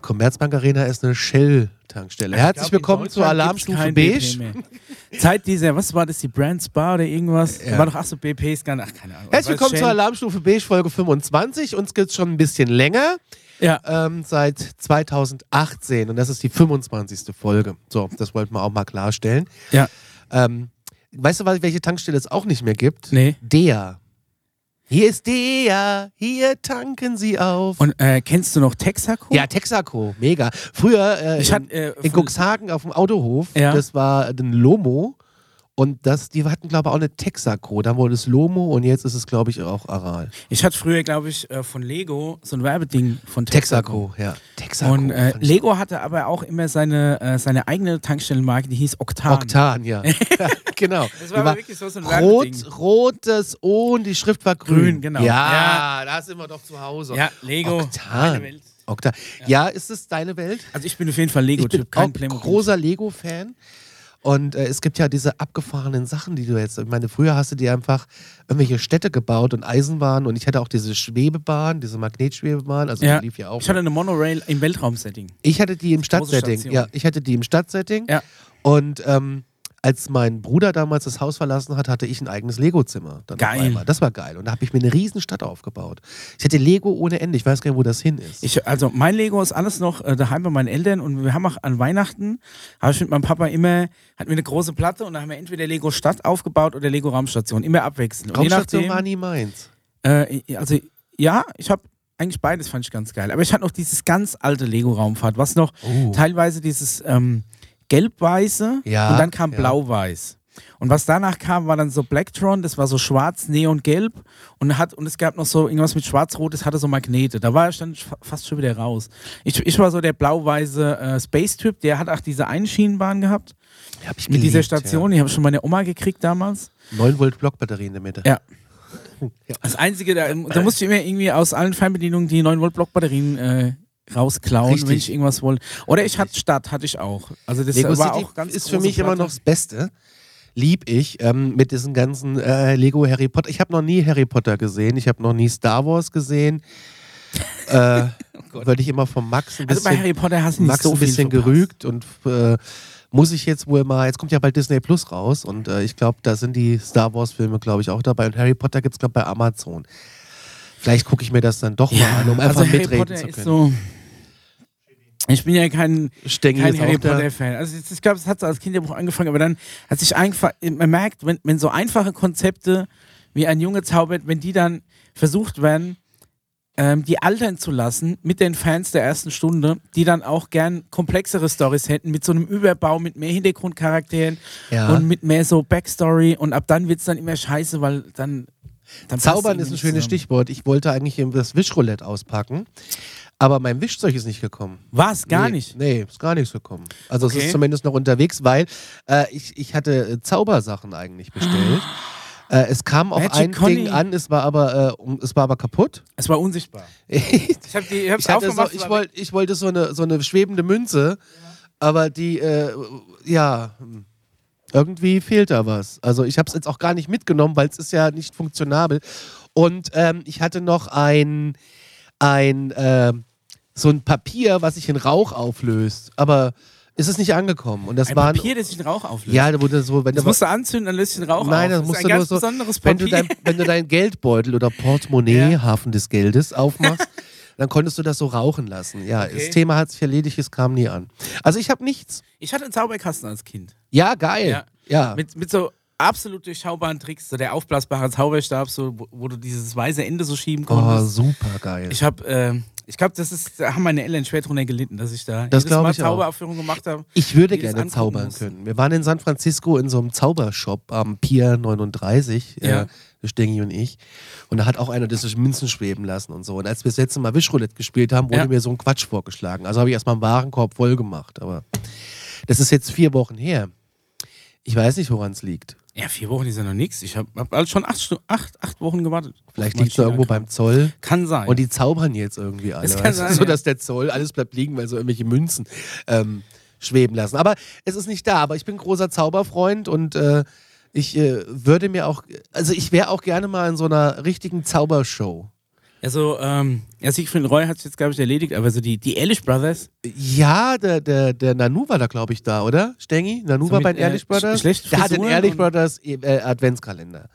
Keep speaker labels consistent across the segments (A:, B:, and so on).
A: Commerzbank Arena ist eine
B: Also
A: Shell-Tankstelle. Herzlich willkommen zu Alarmstufe Beige.
B: Zeit dieser, was war das, die Brand Spa oder irgendwas?
A: Ja.
B: War doch, ach so, BP ist gar nicht, ach, keine Ahnung.
A: Herzlich
B: Weiß
A: willkommen zu
B: Shell.
A: Alarmstufe Beige Folge 25. Uns gibt es schon ein bisschen länger,
B: Ja,
A: ähm, seit 2018. Und das ist die 25. Folge. So, das wollten wir auch mal klarstellen.
B: Ja.
A: Ähm, weißt du, wel- welche Tankstelle es auch nicht mehr gibt?
B: nee.
A: DEA. Hier ist DEA, hier tanken sie auf.
B: Und äh, kennst du noch Texaco?
A: ja, Texaco, mega. Früher äh,
B: Ich
A: in-
B: hatte, äh,
A: in Cuxhagen auf dem Autohof,
B: Ja.
A: das war ein Lomo. Und das, die hatten, glaube ich, auch eine Texaco. Dann wurde es Lomo und jetzt ist es, glaube ich, auch Aral.
B: ich hatte früher, glaube ich, äh, von Lego so ein Werbeding von Texaco.
A: Texaco, ja. Texaco.
B: Und äh,
A: fand ich-
B: Lego hatte aber auch immer seine, äh, seine eigene Tankstellenmarke, die hieß Oktan.
A: Oktan, ja. ja genau. Die
B: Das war, aber wirklich so, so ein Werbeding.
A: Rot, rotes O und die Schrift war grün.
B: Grün, genau.
A: Ja, da sind wir doch zu Hause.
B: Ja, Lego. Meine
A: Oktan.
B: Welt.
A: Oktan. Ja, ist es deine Welt?
B: Also ich bin auf jeden Fall Lego-Typ,
A: ich bin
B: kein
A: auch
B: Playmobil.
A: großer Lego-Fan. Und äh, es gibt ja diese abgefahrenen Sachen, die du jetzt. Ich meine, früher hast du dir einfach irgendwelche Städte gebaut und Eisenbahnen und ich hatte auch diese Schwebebahn, diese Magnetschwebebahn, also
B: Ja.
A: die lief ja auch.
B: Ich hatte eine Monorail im Weltraumsetting.
A: Ich hatte die im
B: große
A: Stadtsetting.
B: Station.
A: Ja, ich hatte die im Stadtsetting.
B: Ja.
A: Und ähm, als mein Bruder damals das Haus verlassen hat, hatte ich ein eigenes Lego-Zimmer. dann auf
B: Geil.
A: einmal. Das war geil. Und da habe ich mir eine Riesenstadt aufgebaut. Ich hatte Lego ohne Ende. Ich weiß gar nicht, wo das hin ist.
B: Ich, also mein Lego ist alles noch äh, daheim bei meinen Eltern und wir haben auch an Weihnachten, habe ich mit meinem Papa immer, hatten wir eine große Platte und da haben wir entweder Lego Stadt aufgebaut oder Lego Raumstation, immer abwechselnd. Und je
A: Raumstation
B: nachdem-
A: war nie meins.
B: äh, also ja, ich habe eigentlich beides fand ich ganz geil. Aber ich hatte noch dieses ganz alte Lego-Raumfahrt, was noch
A: Oh.
B: teilweise dieses ähm, Gelb-Weiße
A: Ja,
B: und dann kam
A: ja.
B: Blau-Weiß. Und was danach kam, war dann so Blacktron, das war so schwarz, neon, gelb und hat und es gab noch so irgendwas mit schwarz-rot, das hatte so Magnete. Da war ich dann fa- fast schon wieder raus. Ich, ich war so der blau-weiße äh, Space-Typ, der hat auch diese Einschienenbahn gehabt
A: Hab ich
B: mit dieser
A: geliebt,
B: Station, die habe ich schon meine Oma gekriegt damals.
A: Ja. 9 Volt Blockbatterie in der Mitte.
B: Ja. Das Einzige, da, da
A: Äh,
B: musste ich immer irgendwie aus allen Fernbedienungen die 9-Volt-Block-Batterien äh, rausklauen,
A: Richtig.
B: wenn ich irgendwas wollte. Oder ich hatte Stadt, hatte ich auch. Also das
A: Lego
B: war
A: City
B: auch ganz
A: ist für
B: große
A: mich immer
B: Platte.
A: noch das Beste. Lieb ich ähm, mit diesen ganzen äh, Lego Harry Potter. Ich habe noch nie Harry Potter gesehen. Ich habe noch nie Star Wars gesehen. äh, Würde ich immer vom Max ein
B: Oh Also
A: bisschen,
B: bei Harry Potter hast du nicht
A: Max
B: so
A: ein
B: viel
A: bisschen
B: verpasst.
A: gerügt und äh, muss ich jetzt wohl mal. Jetzt kommt ja bald Disney Plus raus und äh, ich glaube, da sind die Star Wars Filme, glaube ich, auch dabei. Und Harry Potter gibt es, glaube ich, bei Amazon. Vielleicht gucke ich mir das dann doch mal an, um einfach
B: also Harry
A: mitreden
B: Potter
A: zu
B: ist
A: können.
B: so. Ich bin ja kein,
A: Stengel
B: kein
A: ist
B: Harry
A: auch da.
B: Potter-Fan. Also ich, ich glaube, es hat so als Kinderbuch angefangen, aber dann hat sich einfach, man merkt, wenn, wenn so einfache Konzepte wie ein Junge zaubert, wenn die dann versucht werden, ähm, die altern zu lassen mit den Fans der ersten Stunde, die dann auch gern komplexere Stories hätten, mit so einem Überbau, mit mehr Hintergrundcharakteren
A: Ja.
B: und mit mehr so Backstory und ab dann wird es dann immer scheiße, weil dann. dann passt
A: Zaubern
B: irgendwie
A: ist ein
B: nicht
A: schönes
B: zusammen.
A: Stichwort. Ich wollte eigentlich eben das Wischroulette auspacken, aber mein Wischzeug ist nicht gekommen.
B: Was? Gar
A: nee,
B: nicht.
A: Nee, ist gar nichts gekommen. Also es
B: Okay.
A: ist zumindest noch unterwegs, weil äh, ich, ich hatte äh, Zaubersachen eigentlich bestellt. äh, es kam auf
B: Magic
A: ein
B: Conny.
A: Ding an, es war aber, äh, um, es war aber kaputt.
B: Es war unsichtbar.
A: ich,
B: Ich habe die ich hab's
A: hatte so,
B: aufgemacht.
A: ich, wollt, ich wollte so eine, so eine schwebende Münze, aber die, äh, ja, hm, irgendwie fehlt da was. Also ich habe es jetzt auch gar nicht mitgenommen, weil es ist ja nicht funktionabel. Und ähm, ich hatte noch ein, ein, äh, so ein Papier, was sich in Rauch auflöst, aber ist es nicht angekommen. Und das
B: ein
A: war
B: Papier, das sich den Rauch auflöst.
A: ja, da wurde so, wenn
B: Das
A: du
B: musst du anzünden, dann löst sich den Rauch
A: Nein, das
B: auf.
A: musst
B: ist
A: du
B: ein
A: nur
B: ganz
A: so,
B: besonderes
A: wenn
B: Papier.
A: du, dein, wenn du dein Geldbeutel oder Portemonnaie,
B: Ja.
A: Hafen des Geldes, aufmachst, dann konntest du das so rauchen lassen. Ja,
B: Okay.
A: das Thema hat sich erledigt, es kam nie an. Also ich habe nichts.
B: ich hatte einen Zauberkasten als Kind.
A: Ja, geil. Ja.
B: Mit, mit so absolut durchschaubaren Tricks, so der aufblasbare Zauberstab, so, wo, wo du dieses weiße Ende so schieben
A: Oh,
B: konntest.
A: super geil.
B: Ich habe, äh, ich glaube, das ist, da haben meine Eltern schwer drunter gelitten, dass ich da
A: Das
B: jedes
A: glaub
B: Mal
A: ich auch.
B: Zauberaufführungen gemacht habe.
A: Ich würde
B: die das
A: gerne
B: angucken
A: zaubern
B: mussten.
A: können. Wir waren in San Francisco in so einem Zaubershop am Pier 39,
B: Ja.
A: äh, Stengi und ich. Und da hat auch einer das durch Münzen schweben lassen und so. Und als wir das letzte Mal Wischroulette gespielt haben, wurde
B: Ja.
A: mir so ein Quatsch vorgeschlagen. Also habe ich erstmal einen Warenkorb voll gemacht. Aber das ist jetzt vier Wochen her. Ich weiß nicht, woran es liegt.
B: Ja, vier Wochen ist ja noch nichts. Ich habe hab also schon acht, Stu- acht, acht Wochen gewartet.
A: Vielleicht
B: Auf meinen
A: liegt es irgendwo
B: Schülerkram.
A: beim Zoll.
B: Kann sein.
A: Und die zaubern jetzt irgendwie alle.
B: Es kann
A: weißt du?
B: sein,
A: so
B: ja.
A: dass der Zoll alles bleibt liegen, weil so irgendwelche Münzen ähm, schweben lassen. Aber es ist nicht da. Aber ich bin großer Zauberfreund und äh, ich äh, würde mir auch, also ich wäre auch gerne mal in so einer richtigen Zaubershow.
B: Also, ähm, ja, Siegfried Roy hat es jetzt, glaube ich, erledigt, aber so die, die Ehrlich Brothers.
A: Ja, der, der, der Nanu war da, glaube ich, da, oder? Stengi? Nanu
B: So
A: war
B: mit,
A: bei den
B: äh,
A: Ehrlich Brothers?
B: sch- schlecht
A: der hat den
B: Frisuren
A: Ehrlich
B: und-
A: Brothers äh, Adventskalender.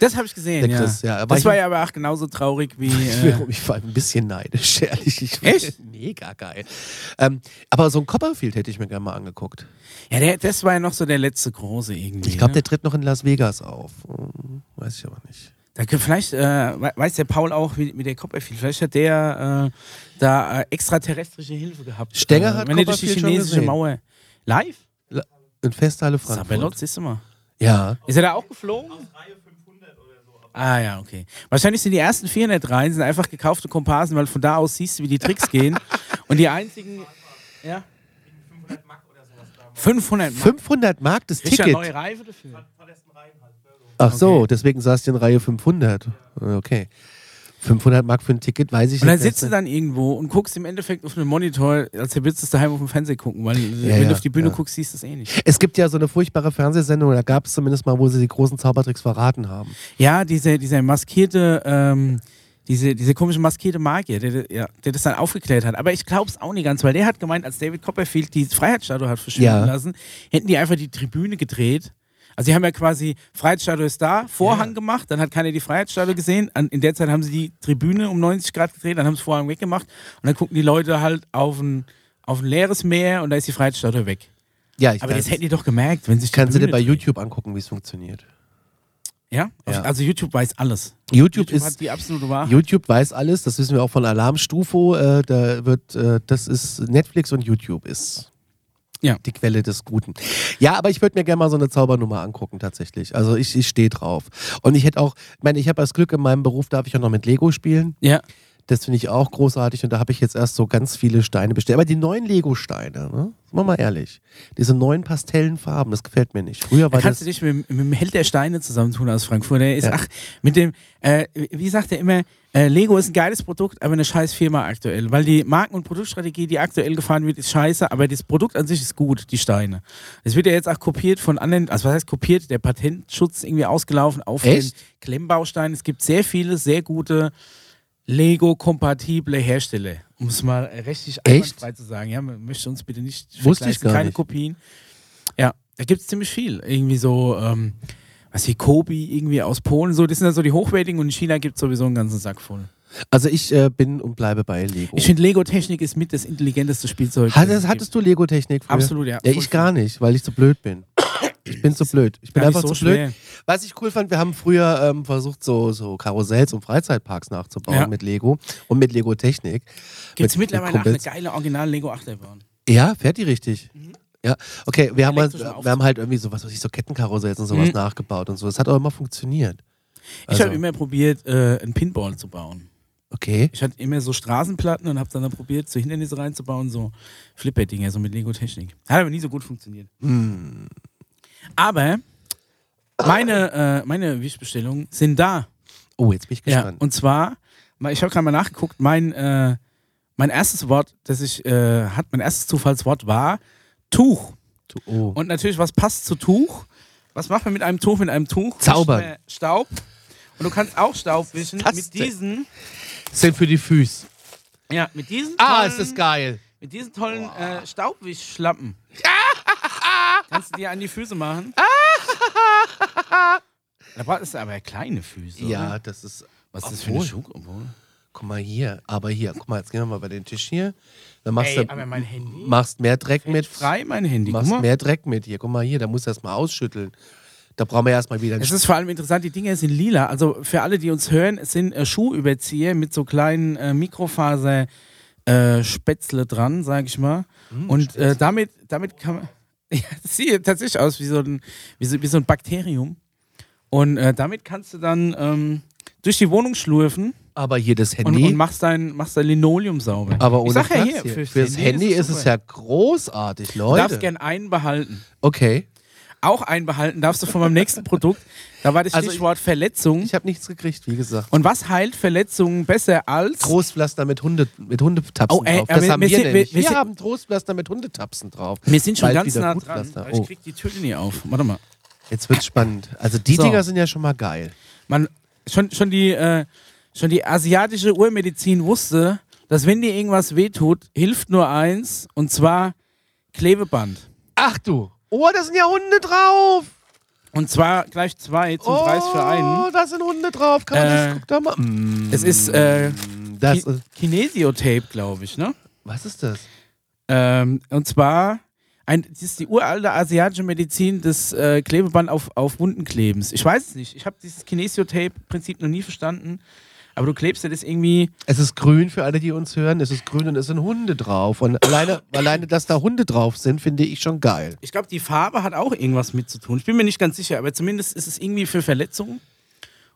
B: Das habe ich gesehen,
A: Der
B: ja.
A: Chris, ja, aber
B: Das
A: ich-
B: war ja aber auch genauso traurig wie.
A: Ich
B: Äh,
A: wäre ich war ein bisschen neidisch, ehrlich. Ich
B: Echt?
A: Mega geil. Ähm, aber so ein Copperfield hätte ich mir gerne mal angeguckt.
B: ja, der, das war ja noch so der letzte große irgendwie.
A: Ich glaube,
B: ne?
A: der tritt noch in Las Vegas auf. Hm, Weiß ich aber nicht.
B: Da, kann- vielleicht äh, we- weiß der Paul auch, wie, wie der Copperfield. Vielleicht hat der äh, da äh, extraterrestrische Hilfe gehabt.
A: Stenger
B: äh,
A: hat
B: Wenn nicht durch die
A: Copperfield schon
B: chinesische
A: gesehen.
B: Mauer. Live?
A: In Festhalle
B: Sabellot,
A: Frankfurt.
B: siehst du mal.
A: Ja.
B: Ist er da auch geflogen? Ah ja, okay. Wahrscheinlich sind die ersten 400 Reihen sind einfach gekaufte Komparsen, weil von da aus siehst du, wie die Tricks gehen. Und die einzigen, ja, 500 Mark.
A: 500 Mark das
B: Kriegst du ja
A: Ticket.
B: neue Reife dafür.
A: Ach so,
B: Okay.
A: deswegen saß die in Reihe 500. Okay. 500 Mark für ein Ticket, weiß ich
B: Und dann
A: nicht.
B: sitzt du dann irgendwo und guckst im Endeffekt auf einem Monitor, als würdest du es daheim auf dem Fernseher gucken, weil äh,
A: Ja,
B: wenn
A: ja,
B: du auf die Bühne
A: ja.
B: guckst, siehst du es eh nicht.
A: Es gibt ja so eine furchtbare Fernsehsendung, da gab es zumindest mal, wo sie die großen Zaubertricks verraten haben.
B: Ja, diese, diese maskierte, ähm, diese, diese komische maskierte Magier, der, der- ja, der das dann aufgeklärt hat. Aber ich glaube es auch nicht ganz, weil der hat gemeint, als David Copperfield die Freiheitsstatue hat verschwinden
A: Ja.
B: lassen, hätten die einfach die Tribüne gedreht. Also die haben ja quasi Freiheitsstatue ist da, Vorhang gemacht, dann hat keiner die Freiheitsstatue gesehen. An, in der Zeit haben sie die Tribüne um 90 Grad gedreht, dann haben sie Vorhang weggemacht und dann gucken die Leute halt auf ein, auf ein leeres Meer und da ist die Freiheitsstatue weg.
A: Ja, ich
B: Aber
A: weiß.
B: das hätten die doch gemerkt, wenn sich die
A: Kannst du dir
B: Bühne
A: bei
B: dreht.
A: YouTube angucken, wie es funktioniert.
B: Ja?
A: Ja.
B: Also YouTube weiß alles.
A: YouTube,
B: YouTube
A: ist
B: hat die absolute Wahrheit.
A: YouTube weiß alles, das wissen wir auch von Alarmstufo. Äh, da wird, äh, das ist Netflix und YouTube ist
B: Ja.
A: die Quelle des Guten. Ja, aber ich würde mir gerne mal so eine Zaubernummer angucken, tatsächlich. Also ich, ich stehe drauf. Und ich hätte auch, ich meine, ich habe das Glück, in meinem Beruf darf ich auch noch mit Lego spielen.
B: Ja.
A: Das finde ich auch großartig und da habe ich jetzt erst so ganz viele Steine bestellt. Aber die neuen Lego-Steine, ne? Sind wir mal ehrlich. Diese neuen pastellen Farben, das gefällt mir nicht. Früher
B: Da
A: war
B: kannst
A: das.
B: du dich mit, dem- mit dem Held der Steine zusammentun aus Frankfurt. Der ist,
A: Ja.
B: ach, mit dem, äh, wie sagt er immer, äh, Lego ist ein geiles Produkt, aber eine scheiß Firma aktuell. Weil die Marken- und Produktstrategie, die aktuell gefahren wird, ist scheiße, aber das Produkt an sich ist gut, die Steine. Es wird ja jetzt auch kopiert von anderen, also was heißt kopiert? Der Patentschutz irgendwie ausgelaufen auf
A: Echt?
B: den Klemmbaustein. Es gibt sehr viele, sehr gute Lego-kompatible Hersteller. Um es mal richtig einwandfrei zu sagen. Ja, man möchte uns bitte nicht
A: Wusste ich
B: vergleichen,
A: gar
B: keine
A: nicht.
B: Kopien. Ja, da gibt es ziemlich viel. Irgendwie so, ähm, was hier, Kobi irgendwie aus Polen, so, das sind dann so die hochwertigen und in China gibt es sowieso einen ganzen Sack voll.
A: Also ich äh, bin und bleibe bei Lego.
B: Ich finde, Lego-Technik ist mit das intelligenteste Spielzeug.
A: Hat,
B: das es gibt.
A: hattest du Lego-Technik früher?
B: Absolut, ja.
A: Ja,
B: Voll
A: ich gar nicht, weil ich zu blöd bin. Ich bin zu blöd. Ich bin
B: Gar nicht
A: einfach
B: so
A: zu blöd.
B: schwer.
A: Was ich cool fand, wir haben früher ähm, versucht, so, so Karussells und Freizeitparks nachzubauen
B: Ja.
A: mit Lego und mit Lego-Technik.
B: Gibt es
A: mit- mit
B: mittlerweile auch eine
A: Kumpels.
B: geile Original-Lego-Achterbahn.
A: Ja, fährt die richtig.
B: Mhm.
A: Ja, okay, wir haben, halt,
B: elektrischen
A: wir haben halt irgendwie sowas, was ich so Kettenkarussells und
B: Mhm.
A: sowas nachgebaut und so. Das hat auch immer funktioniert.
B: Ich
A: Also,
B: habe immer probiert, äh, einen Pinball zu bauen.
A: okay.
B: Ich hatte immer so Straßenplatten und habe dann da probiert, so Hindernisse reinzubauen, so Flipper-Dinger, so mit Lego-Technik. Hat aber nie so gut funktioniert.
A: Hm.
B: Aber meine, äh, meine Wischbestellungen sind da.
A: Oh, jetzt bin ich
B: Ja,
A: gespannt.
B: und zwar, mal- ich habe gerade mal nachgeguckt, mein, äh, mein erstes Wort, das ich äh, hat, mein erstes Zufallswort war Tuch.
A: oh.
B: Und natürlich, was passt zu Tuch? Was macht man mit einem Tuch? Mit einem Tuch?
A: Zaubern.
B: Wischt man Staub. Und du kannst auch Staub wischen
A: das
B: mit
A: denn?
B: diesen.
A: sind für die Füße.
B: Ja, mit diesen.
A: Ah,
B: tollen-
A: ist das geil.
B: mit diesen tollen äh, Staubwischschlappen. Kannst du dir an die Füße machen? da braucht es aber kleine Füße.
A: Ah. Ja,
B: Oder?
A: das ist.
B: Was ist das
A: Obwohl.
B: für eine Schuh? Obwohl.
A: Guck mal hier, aber hier, guck mal, jetzt gehen wir mal bei den Tisch hier. Dann machst
B: Ey,
A: du
B: aber mein Handy.
A: machst mehr Dreck mit.
B: Frei mein Handy. Guck
A: Machst
B: mal.
A: mehr Dreck mit hier. Guck mal hier, da musst du erst mal ausschütteln. Da brauchen wir erstmal wieder einen
B: Es
A: Sch-
B: ist vor allem interessant, die Dinger sind lila. Also für alle, die uns hören, es sind äh, Schuhüberzieher mit so kleinen äh, Mikrofaser äh, Spätzle dran, sag ich mal.
A: Hm,
B: Und äh, damit, damit kann man. Ja, das sieht tatsächlich aus wie so ein, wie so, wie so ein Bakterium. Und äh, damit kannst du dann ähm, durch die Wohnung schlürfen
A: Aber hier das
B: und,
A: Handy.
B: und machst, dein, machst dein Linoleum sauber.
A: aber
B: ich
A: ohne
B: sag ja
A: Platz
B: hier,
A: hier.
B: fürs,
A: Fürs Handy ist es
B: super.
A: ja großartig,
B: Du darfst
A: Leute.
B: gern einen behalten.
A: Okay.
B: Auch einen behalten darfst du von meinem nächsten Produkt. Da war das
A: Also ich-
B: Stichwort Verletzung.
A: Ich habe nichts gekriegt, wie gesagt.
B: Und was heilt Verletzungen besser als
A: Trostpflaster mit Hunde mit Hundetapsen
B: Oh, ey,
A: drauf.
B: aber
A: Das haben
B: wir
A: wir
B: sind-
A: nämlich.
B: wir- wir
A: Wir
B: sind-
A: haben Trostpflaster mit Hundetapsen drauf.
B: Wir sind schon
A: Bald
B: ganz
A: wieder
B: nah dran.
A: Brutpflaster.
B: aber
A: Oh,
B: Ich krieg die Tür nicht auf. Warte mal.
A: jetzt wird's spannend. Also die
B: So.
A: Dinger sind ja schon mal geil.
B: Man, schon, schon die, äh, Schon die asiatische Urmedizin wusste, dass wenn dir irgendwas wehtut, hilft nur eins, und zwar Klebeband.
A: Ach du. Oh, da sind ja Hunde drauf.
B: Und zwar gleich zwei zum
A: oh,
B: Preis für einen.
A: da sind Hunde drauf. Kann man
B: Äh,
A: das, guck da mal. Mm,
B: Es ist äh,
A: das
B: Ki
A: ist,
B: Kinesiotape, glaube ich, ne?
A: was ist das?
B: Ähm, und zwar, ein, das ist die uralte asiatische Medizin des äh, Klebeband auf, auf Wunden klebens. Ich weiß es nicht. Ich habe dieses Kinesiotape-Prinzip noch nie verstanden. Aber du klebst dir das irgendwie.
A: Es ist grün für alle, die uns hören. Es ist grün und es sind Hunde drauf. Und alleine, alleine, dass da Hunde drauf sind, finde ich schon geil.
B: Ich glaube, die Farbe hat auch irgendwas mit zu tun. Ich bin mir nicht ganz sicher, aber zumindest ist es irgendwie für Verletzungen.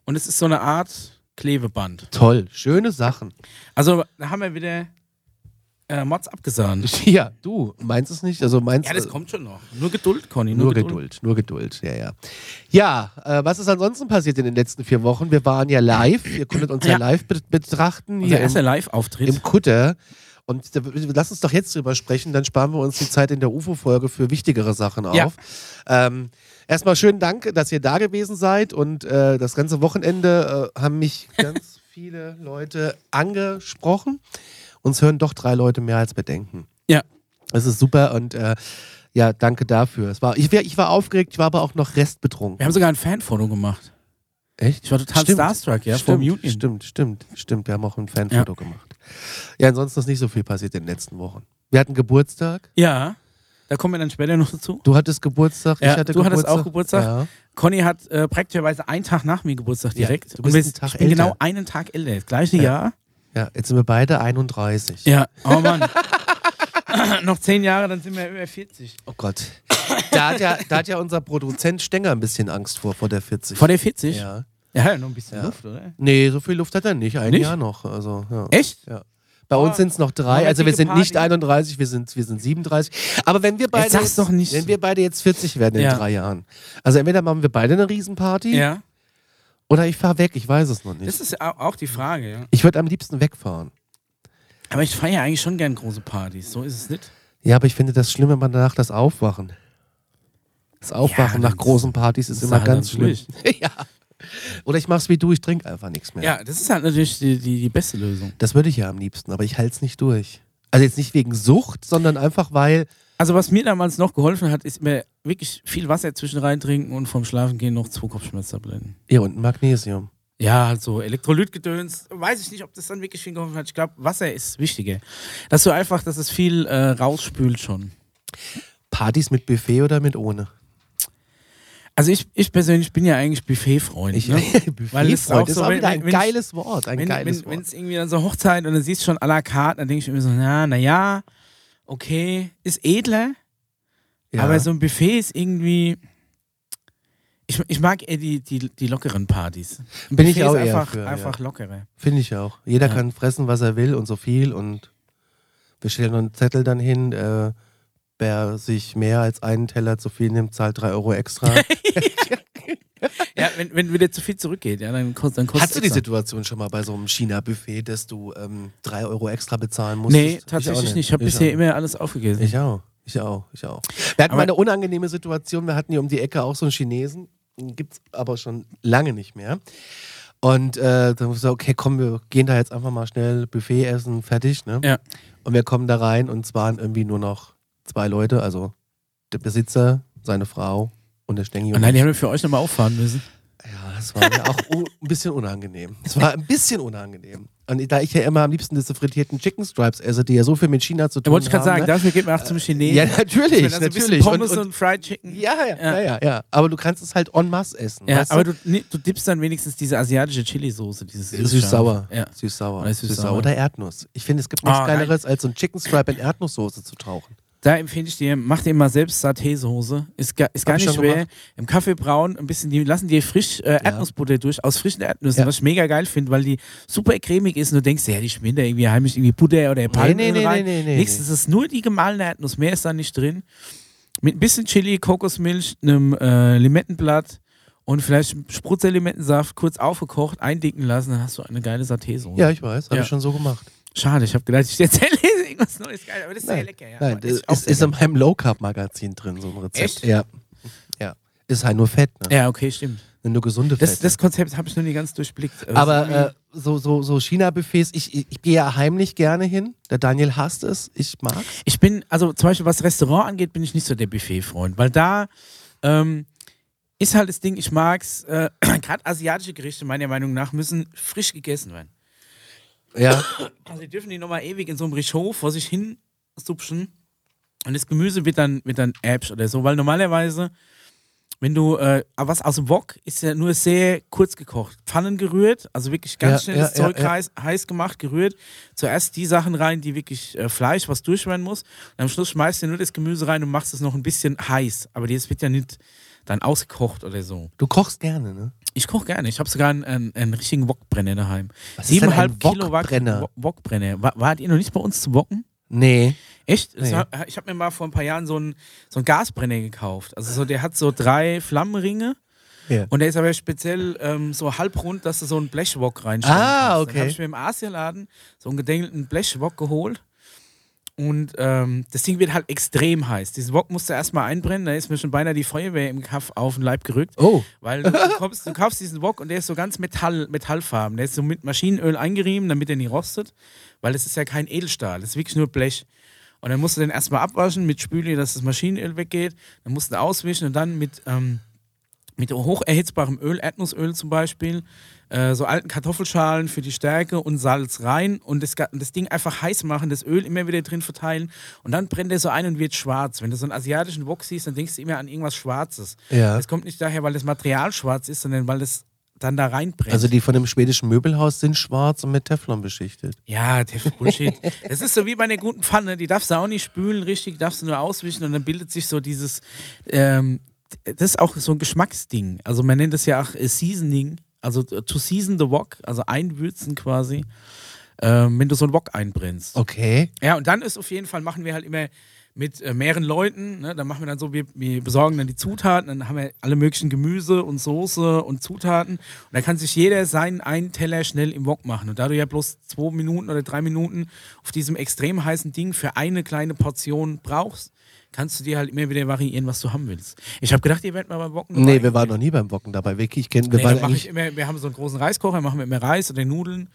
B: Und es ist so eine Art Klebeband.
A: Toll. Schöne Sachen.
B: Also, da haben wir wieder äh, Mods abgesahnt.
A: Ja, du, meinst es nicht? Also meinst
B: Ja, das
A: äh,
B: kommt schon noch. Nur Geduld, Conny.
A: Nur Geduld, nur Geduld, ja, ja. Ja, äh, was ist ansonsten passiert in den letzten vier Wochen? Wir waren ja live, ihr konntet uns ja,
B: Ja.
A: live be betrachten
B: Unser
A: hier im,
B: erster Live-Auftritt.
A: im Kutter. Und da, lass uns doch jetzt drüber sprechen, dann sparen wir uns die Zeit in der UFO-Folge für wichtigere Sachen
B: Ja.
A: auf. Ähm, erstmal schönen Dank, dass ihr da gewesen seid und äh, das ganze Wochenende äh, haben mich ganz viele Leute angesprochen. Uns hören doch drei Leute mehr als bedenken.
B: Ja.
A: Das ist super und äh, ja, danke dafür. Es war, ich, wär, ich war aufgeregt, ich war aber auch noch
B: Wir
A: restbetrunken.
B: haben sogar ein Fanfoto gemacht.
A: Echt?
B: Ich war total
A: Stimmt.
B: starstruck, ja, vom
A: stimmt,
B: Union.
A: stimmt, stimmt, stimmt. Wir haben auch ein Fanfoto gemacht. Ja, ansonsten ist nicht so viel passiert in den letzten Wochen. Wir hatten Geburtstag.
B: Ja, da kommen wir dann später noch dazu.
A: Du hattest Geburtstag,
B: Ja,
A: ich hatte
B: du
A: Geburtstag.
B: hattest auch Geburtstag.
A: Ja.
B: Conny hat äh, praktischerweise einen Tag nach mir Geburtstag
A: Ja,
B: direkt.
A: du bist
B: wir-
A: einen Tag
B: ich bin genau
A: älter.
B: einen Tag älter. Das gleiche
A: Ja.
B: Jahr.
A: ja, jetzt sind wir beide 31.
B: Ja, oh Mann. noch zehn Jahre, dann sind wir über 40.
A: Oh Gott. Da hat, ja, da hat ja unser Produzent Stenger ein bisschen Angst vor, vor der 40.
B: Vor der 40? Ja,
A: ja.
B: ja noch ein bisschen
A: Ja.
B: Luft, oder?
A: Nee, so viel Luft hat er nicht. Ein
B: Nicht?
A: Jahr noch. Also, ja.
B: Echt?
A: Ja. Bei uns sind es noch drei,
B: Aber
A: also wir
B: dicke
A: sind nicht
B: Party.
A: 31, wir sind, wir sind 37. Aber wenn wir beide,
B: sag's doch nicht.
A: wenn wir beide jetzt 40 werden in
B: Ja.
A: drei Jahren, also entweder machen wir beide eine Riesenparty
B: Ja.
A: oder ich fahre weg, ich weiß es noch nicht.
B: Das ist au- auch die Frage, ja.
A: Ich würde am liebsten wegfahren.
B: Aber ich feiere eigentlich schon gern große Partys. So ist es nicht.
A: Ja, aber ich finde das schlimm, wenn man danach das Aufwachen. Das Aufwachen
B: Ja,
A: nach
B: das-
A: großen Partys ist
B: das
A: immer
B: ist
A: ganz
B: halt dann
A: schlimm. ja. Oder ich mach's wie du, ich trinke einfach nichts mehr.
B: Ja, das ist halt natürlich die, die, die beste Lösung.
A: Das würde ich ja am liebsten, aber ich halte es nicht durch. Also jetzt nicht wegen Sucht, sondern einfach weil.
B: Also was mir damals noch geholfen hat, ist mir wirklich viel Wasser zwischen rein trinken und vom Schlafen gehen noch zwei Kopfschmerztabletten.
A: Ja, und Magnesium.
B: Ja, halt so Elektrolytgedöns. Weiß ich nicht, ob das dann wirklich viel geholfen hat. Ich glaube, Wasser ist wichtiger. Dass du einfach, dass es viel äh, rausspült schon.
A: Partys mit Buffet oder mit ohne?
B: Also ich, ich persönlich bin ja eigentlich Buffet-Freund.
A: Ich,
B: ne? Weil
A: Buffet,
B: es
A: Freund,
B: auch
A: ist
B: so,
A: auch
B: wenn-
A: wieder ein
B: wenn-
A: geiles Wort. Ein
B: Wenn
A: geiles
B: wenn- wenn
A: Wort.
B: es irgendwie dann so Hochzeit und dann siehst du schon à la carte, dann denke ich immer so, na, na ja, okay, ist edler,
A: Ja.
B: aber so ein Buffet ist irgendwie... Ich, ich mag eher die, die, die lockeren Partys. Ein
A: Bin
B: Buffet
A: ich auch
B: ist
A: eher
B: einfach,
A: für, ja.
B: einfach lockere.
A: Finde ich auch. Jeder
B: Ja.
A: kann fressen, was er will und so viel. Und wir stellen einen Zettel dann hin. Äh, wer sich mehr als einen Teller zu viel nimmt, zahlt drei Euro extra.
B: Ja, wenn, wenn wieder zu viel zurückgeht, ja, dann kostet dann kostet
A: Hast du die
B: extra.
A: Situation schon mal bei so einem China-Buffet, dass du ähm, drei Euro extra bezahlen musst?
B: Nee, tatsächlich nicht. Ich habe bisher immer alles aufgegessen.
A: Ich auch. Ich auch, ich auch. Wir hatten
B: Aber-
A: mal eine unangenehme Situation. Wir hatten hier um die Ecke auch so einen Chinesen. Gibt es aber schon lange nicht mehr. Und äh, dann so, okay, komm, wir gehen da jetzt einfach mal schnell Buffet essen, fertig. Ne?
B: Ja.
A: Und wir kommen da rein und es waren irgendwie nur noch zwei Leute. Also der Besitzer, seine Frau und der Stengi.
B: Und Oh nein, die haben wir für euch nochmal auffahren müssen.
A: Ja, das war mir auch u- ein bisschen unangenehm. Es war ein bisschen unangenehm. Und da ich ja immer am liebsten diese frittierten Chicken Stripes esse, die ja so viel mit China zu
B: Da
A: tun
B: wollte ich gerade
A: haben.
B: sagen, dafür geht man auch zum Chinesen.
A: ne? Ja,
B: Ich
A: natürlich,
B: meine, also ein bisschen
A: natürlich. Und,
B: Pommes und,
A: und,
B: Fried Chicken.
A: ja, ja,
B: Ja.
A: ja, ja, ja. Aber du kannst es halt en masse essen.
B: Ja,
A: weißt
B: aber du, ni- du dippst dann wenigstens diese asiatische Chili-Soße, dieses
A: du? Süß-sauer.
B: Ja.
A: Süß-sauer.
B: Oder süß-sauer.
A: Süß-sauer. Oder Erdnuss. Ich finde, es gibt nichts
B: Ah, Oh. geil.
A: Geileres, als so ein Chicken Stripe in Erdnusssoße zu tauchen.
B: Da empfehle ich dir, mach dir mal selbst Saté-Soße. Ist, ga, ist gar
A: Hab ich
B: nicht
A: schon
B: schwer.
A: gemacht.
B: Im Kaffee braun ein bisschen, die lassen dir frisch äh, Erdnussbutter durch, aus frischen Erdnüssen,
A: Ja.
B: was ich mega geil finde, weil die super cremig ist und du denkst, ja, die schmieren da irgendwie heimisch irgendwie Butter oder Palmen
A: nee, nee,
B: rein.
A: nee, nee,
B: Nichts,
A: nee.
B: es ist nur die gemahlene Erdnuss, mehr ist da nicht drin. Mit ein bisschen Chili, Kokosmilch, einem äh, Limettenblatt und vielleicht Sprutzer Limettensaft kurz aufgekocht, eindicken lassen, dann hast du eine geile Saté-Soße.
A: Ja, ich weiß. Habe
B: Ja.
A: ich schon so gemacht.
B: Schade, ich habe gedacht, ich erzähle jetzt irgendwas Neues. Geil, aber das ist sehr
A: Nein,
B: lecker. Ja.
A: nein
B: Ist
A: das
B: auch
A: ist,
B: sehr
A: ist in meinem Low-Carb-Magazin drin, so ein Rezept.
B: Echt?
A: Ja. ja. ist halt nur Fett. Ne?
B: Ja, okay, stimmt.
A: Nur gesunde
B: Das,
A: Fette.
B: das Konzept habe ich noch nie ganz durchblickt. Also
A: Aber
B: irgendwie-
A: äh, so, so, so China-Buffets, ich, ich, ich gehe ja heimlich gerne hin. Der Daniel hasst es, ich mag
B: ich bin, also zum Beispiel was Restaurant angeht, bin ich nicht so der Buffet-Freund, weil da ähm, ist halt das Ding, ich mag's, äh, gerade asiatische Gerichte meiner Meinung nach müssen frisch gegessen werden.
A: Ja,
B: Also die dürfen die nochmal ewig in so einem Richaud vor sich hin supschen. Und das Gemüse wird dann, wird dann äbsch oder so. Weil normalerweise, wenn du, äh, aber was aus dem Wok, ist ja nur sehr kurz gekocht. Pfannen gerührt, also wirklich ganz
A: Ja,
B: schnell das
A: ja, ja,
B: Zeug
A: ja.
B: heiß, heiß gemacht, gerührt. Zuerst die Sachen rein, die wirklich äh, Fleisch, was durch werden muss. Und am Schluss schmeißt du nur das Gemüse rein und machst es noch ein bisschen heiß. Aber das wird ja nicht dann ausgekocht oder so.
A: du kochst gerne, ne?
B: Ich koche gerne. Ich habe sogar einen, einen, einen richtigen Wokbrenner daheim.
A: Was ist denn ein
B: Siebeneinhalb Kilo Wok-
A: Wokbrenner?
B: Wok- Wokbrenner. Wa- Wart ihr noch nicht bei uns zu wocken?
A: Nee.
B: Echt? Das
A: Nee.
B: War, äh, ich habe mir mal vor ein paar Jahren so einen, so einen Gasbrenner gekauft. Also so, der hat so drei Flammenringe
A: Ja.
B: und der ist aber speziell ähm, so halbrund, dass du so einen Blechwok reinstellst.
A: Ah, okay.
B: Dann habe ich mir im Asialaden so einen gedengelten Blechwok geholt. Und ähm, das Ding wird halt extrem heiß. Diesen Wok musst du erstmal einbrennen, da ist mir schon beinahe die Feuerwehr im Kaff auf den Leib gerückt.
A: Oh.
B: Weil du, du, kommst, du kaufst diesen Wok und der ist so ganz Metall, metallfarben. Der ist so mit Maschinenöl eingerieben, damit er nicht rostet. Weil das ist ja kein Edelstahl, das ist wirklich nur Blech. Und dann musst du den erstmal abwaschen mit Spüli, dass das Maschinenöl weggeht. Dann musst du ihn auswischen und dann mit, ähm, mit hocherhitzbarem Öl, Erdnussöl zum Beispiel, äh, so alten Kartoffelschalen für die Stärke und Salz rein und das, Ga- das Ding einfach heiß machen, das Öl immer wieder drin verteilen und dann brennt der so ein und wird schwarz. Wenn du so einen asiatischen Wok siehst, dann denkst du immer an irgendwas Schwarzes.
A: Ja.
B: Das kommt nicht daher, weil das Material schwarz ist, sondern weil das dann da reinbrennt.
A: Also die von dem schwedischen Möbelhaus sind schwarz und mit Teflon beschichtet.
B: ja, der Bullshit. das ist so wie bei einer guten Pfanne, die darfst du auch nicht spülen, richtig, darfst du nur auswischen und dann bildet sich so dieses, ähm, das ist auch so ein Geschmacksding. Also man nennt das ja auch äh, Seasoning, also äh, to season the wok, also einwürzen quasi, ähm, wenn du so einen Wok einbrennst.
A: Okay.
B: Ja, und dann ist auf jeden Fall, machen wir halt immer mit äh, mehreren Leuten, ne? dann machen wir dann so, wir, wir besorgen dann die Zutaten, dann haben wir alle möglichen Gemüse und Soße und Zutaten und dann kann sich jeder seinen einen Teller schnell im Wok machen und da du ja bloß zwei Minuten oder drei Minuten auf diesem extrem heißen Ding für eine kleine Portion brauchst, kannst du dir halt immer wieder variieren, was du haben willst. Ich habe gedacht, ihr werdet mal beim Wocken
A: Nee, wir waren noch nie beim Wocken dabei. Vicky, ich kenne, wir
B: nee,
A: waren
B: dann mach
A: eigentlich.
B: ich immer, wir haben so einen großen Reiskocher, machen wir immer Reis oder Nudeln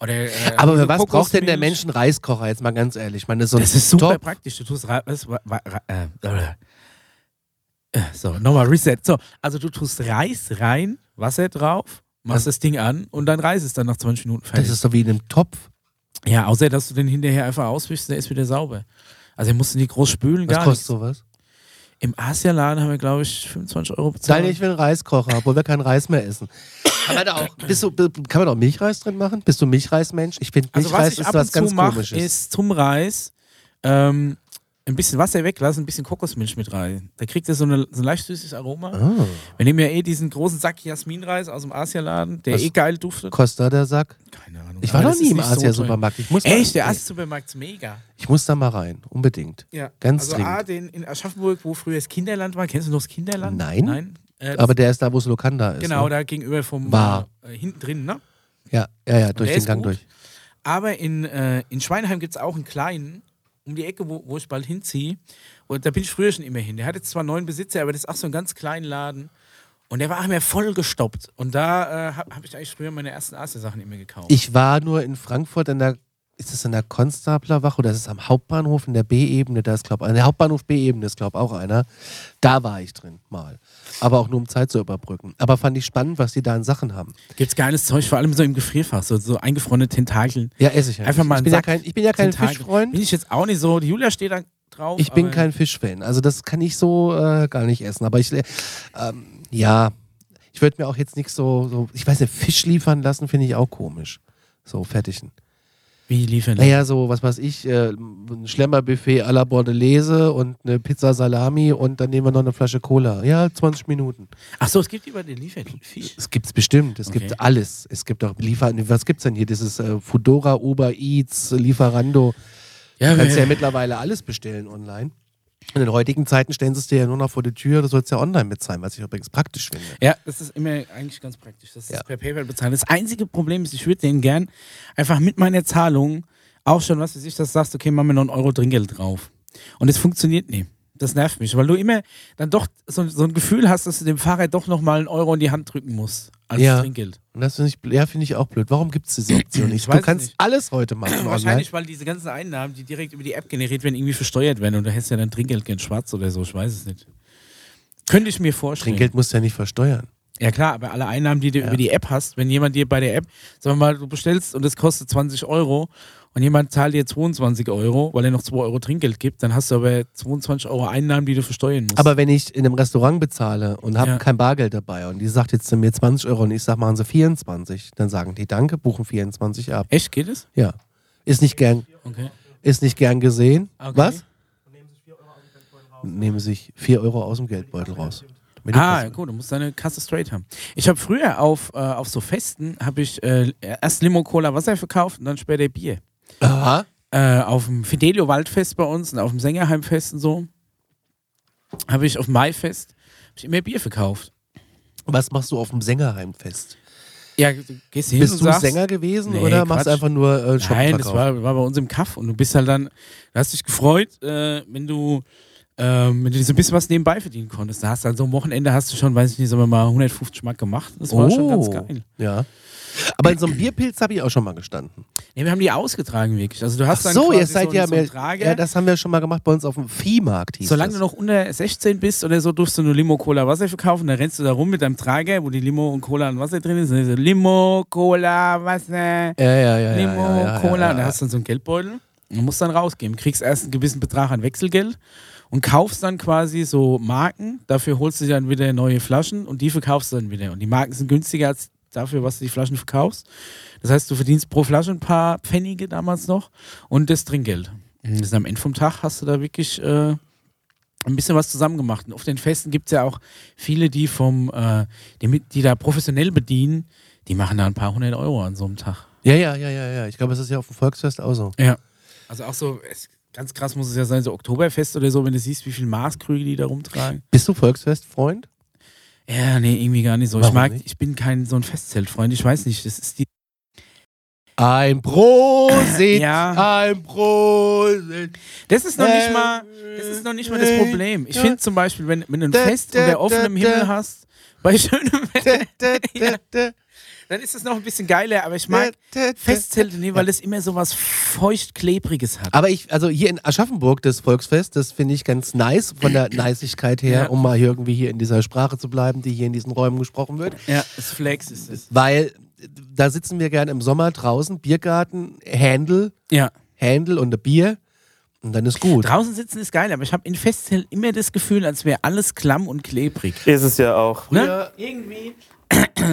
B: oder äh,
A: Aber
B: so
A: für was braucht denn der
B: Kokosmilch.
A: Mensch einen Reiskocher? Jetzt mal ganz ehrlich. Ich meine, das ist so ein
B: Das ist super
A: Top.
B: praktisch. Du tust Reis. Äh, äh, äh, so, nochmal Reset. So, also du tust Reis rein, Wasser drauf, machst das Ding an und dein Reis ist dann nach 20 Minuten
A: Das
B: fertig.
A: ist so wie in einem Topf.
B: ja, außer dass du den hinterher einfach auswischst, der ist wieder sauber. Also den musst du nicht groß spülen,
A: Was
B: gar
A: kostet
B: nichts.
A: sowas?
B: Im Asialaden haben wir, glaube ich, 25 Euro bezahlt.
A: Nein, ich will einen Reiskocher, obwohl wir keinen Reis mehr essen. Kann man da auch, bist du, kann man da auch Milchreis drin machen? Bist du Milchreismensch? Ich finde,
B: also
A: Milchreis
B: was ich
A: ist
B: ab
A: was
B: und zu
A: ganz
B: mache,
A: komisches.
B: ist zum Reis ähm, ein bisschen Wasser weglassen, ein bisschen Kokosmilch mit rein. Da kriegt er so, eine, so ein leicht süßes Aroma.
A: oh.
B: Wir nehmen ja eh diesen großen Sack Jasminreis aus dem Asialaden, der
A: Was?
B: eh geil duftet.
A: Kostet da der Sack?
B: Keine Ahnung.
A: Ich war
B: Aber
A: noch
B: das
A: nie
B: ist
A: im
B: nicht so teuer.
A: Asia-Supermarkt. ich, muss da-
B: Echt, der Asia-Supermarkt ist mega.
A: ich muss da mal rein, unbedingt.
B: Ja.
A: Ganz
B: also
A: dringend.
B: A, den in Aschaffenburg, wo früher das Kinderland war. Kennst du noch das Kinderland?
A: Nein.
B: Nein. Äh,
A: Aber der ist da, wo es Lokanda ist.
B: genau,
A: Ne?
B: da gegenüber vom
A: Bar.
B: Äh, hinten drin, ne?
A: Ja, ja, ja, durch
B: der
A: den
B: ist
A: Gang
B: gut.
A: durch.
B: Aber in, äh, in Schweinheim gibt es auch einen kleinen, um die Ecke, wo, wo ich bald hinziehe. Und da bin ich früher schon immer hin. Der hat jetzt zwar neuen Besitzer, aber das ist auch so ein ganz kleinen Laden. Und der war immer vollgestoppt. Und da äh, habe hab ich eigentlich früher meine ersten Asia-Sachen immer gekauft.
A: Ich war nur in Frankfurt in der, ist das in der Konstablerwache oder ist es am Hauptbahnhof in der B-Ebene? Da ist, glaube ich, der Hauptbahnhof B-Ebene ist, glaube ich, auch einer. Da war ich drin, mal. Aber auch nur, um Zeit zu überbrücken. Aber fand ich spannend, was die da an Sachen haben.
B: Gibt's geiles Zeug, vor allem so im Gefrierfach, so, so eingefrorene Tentakel.
A: Ja, esse ich ja
B: Einfach
A: nicht.
B: mal
A: ich
B: einen
A: bin ja
B: Sack
A: kein, ich bin ja kein
B: Tentakel.
A: Fischfreund.
B: Bin ich jetzt auch nicht so. Die Julia steht da drauf.
A: Ich bin
B: aber-
A: kein Fischfan. Also das kann ich so äh, gar nicht essen. Aber ich, äh, ähm, ja, ich würde mir auch jetzt nicht so, so, ich weiß nicht, Fisch liefern lassen finde ich auch komisch. So, fertigen.
B: Wie liefern?
A: Naja, so, was weiß ich, äh, ein Schlemmerbuffet à la Bordelaise und eine Pizza Salami und dann nehmen wir noch eine Flasche Cola. Ja, 20 Minuten.
B: Ach so, es gibt über den Lieferfisch.
A: Es gibt's bestimmt. Es
B: Okay.
A: gibt alles. Es gibt auch Liefer... Was gibt's denn hier? Dieses äh, Fudora, Uber Eats, Lieferando. Du kannst ja mittlerweile alles bestellen online. Und in heutigen Zeiten stellen sie es dir ja nur noch vor die Tür, du sollst ja online bezahlen, was ich übrigens praktisch finde.
B: Ja, das ist immer eigentlich ganz praktisch. Das ist
A: Ja.
B: per PayPal bezahlen. Das einzige Problem ist, ich würde denen gern einfach mit meiner Zahlung auch schon, was weiß ich, dass du sagst, okay, machen wir noch einen Euro Trinkgeld drauf. Und es funktioniert nie. Das nervt mich, weil du immer dann doch so, so ein Gefühl hast, dass du dem Fahrer doch nochmal einen Euro in die Hand drücken musst als
A: Ja.
B: Trinkgeld.
A: Und das finde ich, bl- ja, finde ich auch blöd. Warum gibt es diese Option
B: Ich
A: nicht?
B: weiß
A: Du kannst
B: nicht.
A: alles heute machen online.
B: Wahrscheinlich, weil diese ganzen Einnahmen, die direkt über die App generiert werden, irgendwie versteuert werden und da hättest du ja dann Trinkgeld gern schwarz oder so, ich weiß es nicht. Könnte ich mir vorstellen.
A: Trinkgeld musst du ja nicht versteuern.
B: Ja klar, aber alle Einnahmen, die du über die App hast, wenn jemand dir bei der App, sagen wir mal, du bestellst und es kostet 20 Euro und jemand zahlt dir 22 Euro, weil er noch 2 Euro Trinkgeld gibt, dann hast du aber 22 Euro Einnahmen, die du versteuern musst.
A: Aber wenn ich in einem Restaurant bezahle und habe
B: Ja.
A: kein Bargeld dabei und die sagt jetzt zu mir 20 Euro und ich sage, machen Sie 24, dann sagen die Danke, buchen 24 ab.
B: Echt, geht es?
A: Ja. Ist nicht gern,
B: Okay.
A: ist nicht gern gesehen.
B: Okay.
A: Was? Nehmen sich 4 Euro aus dem Geldbeutel raus. Damit die
B: Ah,
A: Kasse-
B: gut, du musst deine Kasse straight haben. Ich habe früher auf, äh, auf so Festen, habe ich äh, erst Limo Cola Wasser verkauft und dann später Bier.
A: Aha.
B: äh, auf dem Fidelio Waldfest bei uns und auf dem Sängerheimfest und so, habe ich auf dem Maifest hab ich immer Bier verkauft.
A: Was machst du auf dem Sängerheimfest?
B: Ja, du gehst hin und
A: Bist du
B: sagst,
A: Sänger gewesen
B: Nee,
A: oder machst
B: Quatsch.
A: einfach nur äh, Shop
B: Nein, das war, war bei uns im Kaff und du bist halt dann, du hast dich gefreut, äh, wenn du ähm, wenn du dir so ein bisschen was nebenbei verdienen konntest. Da hast du dann so am Wochenende hast du schon, weiß ich nicht, sagen wir mal 150 Mark gemacht. Das war schon
A: Oh.
B: ganz geil.
A: Ja. Aber in so einem Bierpilz habe ich auch schon mal gestanden.
B: Nee, wir haben die ausgetragen wirklich. Also du hast dann
A: so,
B: quasi
A: ihr seid
B: so,
A: ja
B: einen- so
A: mehr.
B: einen Trager.
A: Ja, das haben wir schon mal gemacht bei uns auf dem Viehmarkt. Hieß
B: Solange
A: das.
B: du noch unter 16 bist oder so, durfst du nur Limo, Cola, Wasser verkaufen. Dann rennst du da rum mit deinem Trager, wo die Limo und Cola und Wasser drin ist. Und dann so, Limo, Cola, Wasser,
A: Ja, ja, ja.
B: Limo,
A: ja, ja, ja,
B: Cola.
A: Ja,
B: Und da hast du dann so einen Geldbeutel und musst dann rausgeben. Kriegst erst einen gewissen Betrag an Wechselgeld und kaufst dann quasi so Marken. Dafür holst du dir dann wieder neue Flaschen und die verkaufst du dann wieder. Und die Marken sind günstiger als dafür, was du die Flaschen verkaufst. Das heißt, du verdienst pro Flasche ein paar Pfennige damals noch und das Trinkgeld.
A: Mhm.
B: Und Das ist am Ende vom Tag hast du da wirklich äh, ein bisschen was zusammen gemacht. Und auf den Festen gibt es ja auch viele, die vom, äh, die, mit, die da professionell bedienen, die machen da ein paar hundert Euro an so einem Tag.
A: ja, ja, ja, ja, ja. Ich glaube, es ist ja auf dem Volksfest auch so.
B: Ja. Also auch so, es, ganz krass muss es ja sein, so Oktoberfest oder so, wenn du siehst, wie viel Maßkrüge die da rumtragen.
A: Bist du Volksfest-Freund?
B: Ja, nee, irgendwie gar nicht so. ich
A: Warum
B: mag,
A: nicht?
B: ich bin kein so ein Festzeltfreund, ich weiß nicht, das ist die.
A: Ein Prosit!
B: Ja.
A: Ein Prosit! Äh,
B: Das ist noch nicht mal, das ist noch nicht mal das Problem. Ich finde zum Beispiel, wenn, wenn du ein
A: Da,
B: Fest
A: da,
B: unter offenem
A: da, da.
B: Himmel hast, bei schönem Wetter,
A: Problem.
B: dann ist es noch ein bisschen geiler, aber ich mag Festzelte nie, weil es immer so was feucht-klebriges hat.
A: Aber ich, also hier in Aschaffenburg, das Volksfest, das finde ich ganz nice von der Niceigkeit her,
B: Ja.
A: um mal hier irgendwie hier in dieser Sprache zu bleiben, die hier in diesen Räumen gesprochen wird.
B: Ja, das Flex ist es.
A: Weil äh, da sitzen wir gerne im Sommer draußen, Biergarten, Händel,
B: Ja.
A: Händel und ein Bier und dann ist gut.
B: Draußen sitzen ist geil, aber ich habe in Festzelten immer das Gefühl, als wäre alles klamm und klebrig.
C: Ist es ja auch.
B: Ne? Irgendwie.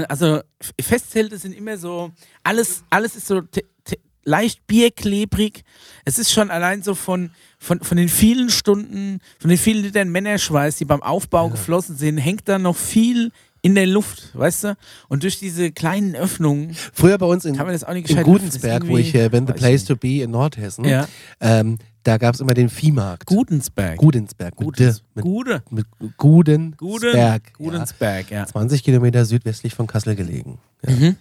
B: Also F- Festzelte sind immer so, alles, alles ist so te- te- leicht bierklebrig. Es ist schon allein so von, von, von den vielen Stunden, von den vielen Litern Männerschweiß, die beim Aufbau geflossen sind, hängt da noch viel in der Luft, weißt du? Und durch diese kleinen Öffnungen,
A: Früher bei uns in,
B: Kann man das auch nicht
A: in
B: gescheit machen,
A: Gudensberg,
B: ist
A: wo ich äh, bin, The
B: weiß
A: Place
B: ich
A: to Be in Nordhessen,
B: Ja.
A: ähm, da gab es immer den Viehmarkt.
B: Gudensberg.
A: Gudensberg. Mit
B: Gudens-
A: D, mit,
B: Gude.
A: mit Gudensberg.
B: Guden.
A: Ja.
B: Gudensberg, ja.
A: 20 Kilometer südwestlich von Kassel gelegen. Ja.
B: Mhm.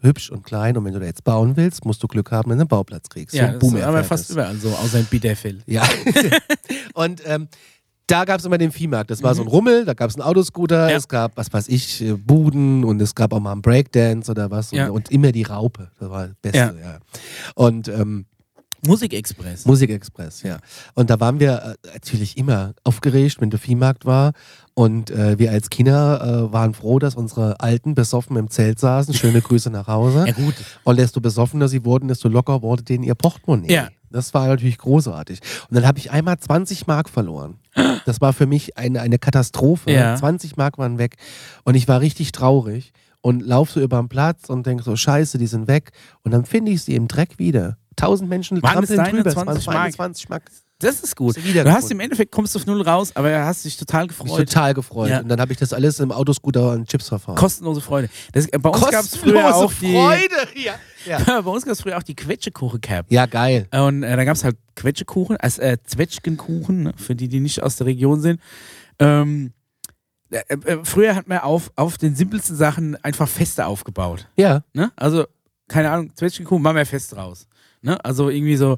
A: Hübsch und klein und wenn du da jetzt bauen willst, musst du Glück haben, wenn du einen Bauplatz kriegst.
B: Ja,
A: so,
B: das
A: boom,
B: ist aber
A: erfährt
B: fast
A: es.
B: überall so, außer in Bielefeld.
A: Ja. und ähm, da gab es immer den Viehmarkt. Das war so ein Rummel, da gab es einen Autoscooter,
B: Mhm. Ja.
A: es gab, was weiß ich, äh, Buden und es gab auch mal einen Breakdance oder was.
B: Ja.
A: Und, und immer die Raupe. Das war das Beste, ja. Und ähm,
B: Musikexpress.
A: Musikexpress, ja. Und da waren wir äh, natürlich immer aufgeregt, wenn der Viehmarkt war. Und äh, wir als Kinder äh, waren froh, dass unsere Alten besoffen im Zelt saßen. Schöne Grüße nach Hause.
B: Ja, gut.
A: Und desto besoffener sie wurden, desto locker wurde denen ihr Portemonnaie.
B: Ja.
A: Das war natürlich großartig. Und dann habe ich einmal 20 Mark verloren. Das war für mich eine, eine Katastrophe.
B: Ja.
A: 20 Mark waren weg. Und ich war richtig traurig und laufe so über den Platz und denke so, scheiße, die sind weg. Und dann finde ich sie im Dreck wieder. Tausend Menschen
B: Waren es
A: trampeln
B: deine
A: drüber.
B: 20
A: es waren
B: Mark?
A: 20 Mark.
B: Das ist gut.
A: Hast du wiedergefunden.
B: Du hast im Endeffekt kommst du auf null raus, aber hast dich total
A: Mich
B: gefreut.
A: total gefreut.
B: Ja.
A: Und dann habe ich das alles im Autoscooter und Chips verfahren.
B: Kostenlose Freude. Das, äh, bei uns gab es früher auch die.
A: Freude. Ja, ja.
B: bei uns gab's früher auch die Quetschekuchen Cap.
A: ja geil.
B: Und äh, da gab es halt Quetschekuchen, also äh, Zwetschgenkuchen, ne, für die, die nicht aus der Region sind. Ähm, äh, äh, früher hat man auf, auf den simpelsten Sachen einfach Feste aufgebaut.
A: Ja.
B: Ne? Also, keine Ahnung, Zwetschgenkuchen, machen wir Fest draus. Ne? Also irgendwie so,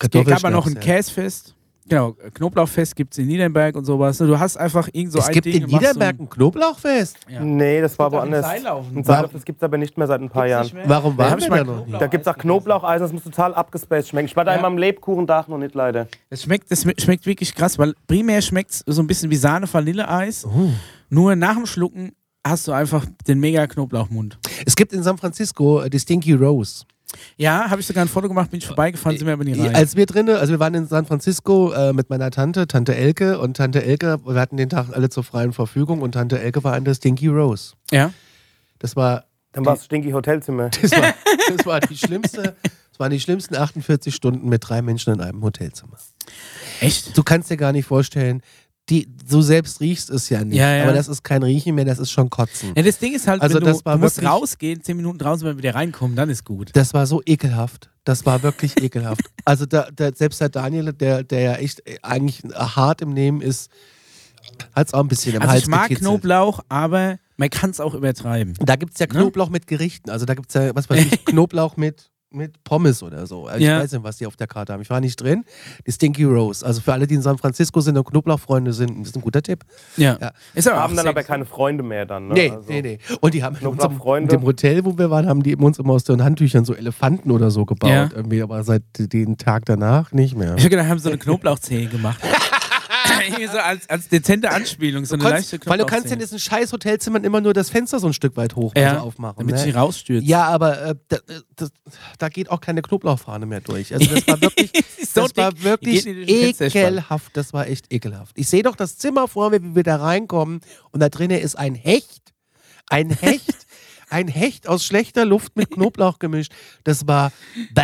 B: es gab mal noch ein
A: Kartoffelschnaps, ja.
B: Käsefest. Genau, Knoblauchfest gibt es in Niedernberg und sowas. ne? Du hast einfach irgend so
A: es
B: ein
A: gibt
B: Ding,
A: in
B: machst
A: Niederberg ein Knoblauchfest.
B: Ja.
C: Nee, das war
B: Gibt auch den
C: woanders.
B: Seillaufen.
C: Ein Seilauf, das gibt es aber nicht mehr seit ein paar
B: du
C: Jahren.
B: nicht mehr.
A: Warum
B: Da
A: waren
B: hab
A: wir
B: ich mal
A: da noch nie?
C: Da gibt es auch Knoblaucheis, das muss total abgespaced schmecken. Ich war da
B: Ja.
C: immer am Lebkuchendach noch nicht leider.
B: Es schmeckt, es schme- schmeckt wirklich krass, weil primär schmeckt es so ein bisschen wie Sahne-Vanilleeis. Nur nach dem Schlucken hast du einfach den mega Knoblauchmund.
A: Es gibt in San Francisco äh, die Stinky Rose.
B: Ja, habe ich sogar ein Foto gemacht, bin ich vorbeigefahren, sind wir aber nicht rein.
A: Als wir drinnen, also wir waren in San Francisco äh, mit meiner Tante, Tante Elke und Tante Elke, wir hatten den Tag alle zur freien Verfügung und Tante Elke war an der Stinky Rose.
B: ja.
A: Das war,
C: Dann war es stinky Hotelzimmer.
A: das war, das war die schlimmste, das waren die schlimmsten 48 Stunden mit drei Menschen in einem Hotelzimmer.
B: Echt?
A: Du kannst dir gar nicht vorstellen, die, du selbst riechst es ja nicht,
B: Ja, ja.
A: aber das ist kein Riechen mehr, das ist schon Kotzen.
B: Ja, das Ding ist halt,
A: Also
B: wenn du,
A: das war
B: du musst
A: wirklich-
B: rausgehen, zehn Minuten draußen, wenn wir wieder reinkommen, dann ist gut.
A: Das war so ekelhaft. Das war wirklich ekelhaft. Also da, da, selbst der Daniel, der, der ja echt äh, eigentlich hart im Nehmen ist, hat es auch ein bisschen im
B: Also
A: Hals
B: ich mag
A: gekitzelt.
B: Knoblauch, aber man kann es auch übertreiben.
A: Da gibt es ja Knoblauch mit Gerichten. Also da gibt es ja, was weiß ich, Knoblauch mit, mit Pommes oder so. Also
B: Ja.
A: Ich weiß nicht, was die auf der Karte haben. Ich war nicht drin. Die Stinky Rose. Also für alle, die in San Francisco sind und Knoblauchfreunde sind, das ist ein guter Tipp.
B: Ja.
A: Ja.
B: Ist aber
C: Haben
B: auch
C: dann aber
B: sexy.
C: keine Freunde mehr dann. Ne?
A: Nee,
C: Also-
A: nee, nee. Und die haben in, unserem, in
C: Knoblauchfreunde.
A: dem Hotel, wo wir waren, haben die eben uns immer aus den Handtüchern so Elefanten oder so gebaut.
B: Ja.
A: Irgendwie, aber seit den Tag danach nicht mehr.
B: Ich hab gedacht, haben so eine Knoblauchzehe gemacht. Irgendwie so als, als dezente Anspielung, so eine
A: Konntest-
B: leichte
A: weil
B: Knoblauchzehe.
A: du kannst ja in diesen scheiß Hotelzimmern immer nur das Fenster so ein Stück weit hoch
B: ja,
A: also aufmachen.
B: damit sie
A: ne?
B: rausstürzt.
A: Ja, aber äh, da, da, da geht auch keine Knoblauchfahne mehr durch. Also das war wirklich,
B: Ist so
A: das war
B: dick,
A: wirklich
B: geht in den Fensterspann.
A: ekelhaft. Das war echt ekelhaft. Ich sehe doch das Zimmer vor mir, wie wir da reinkommen und da drinnen ist ein Hecht. Ein Hecht. ein Hecht aus schlechter Luft mit Knoblauch gemischt. Das war bäh.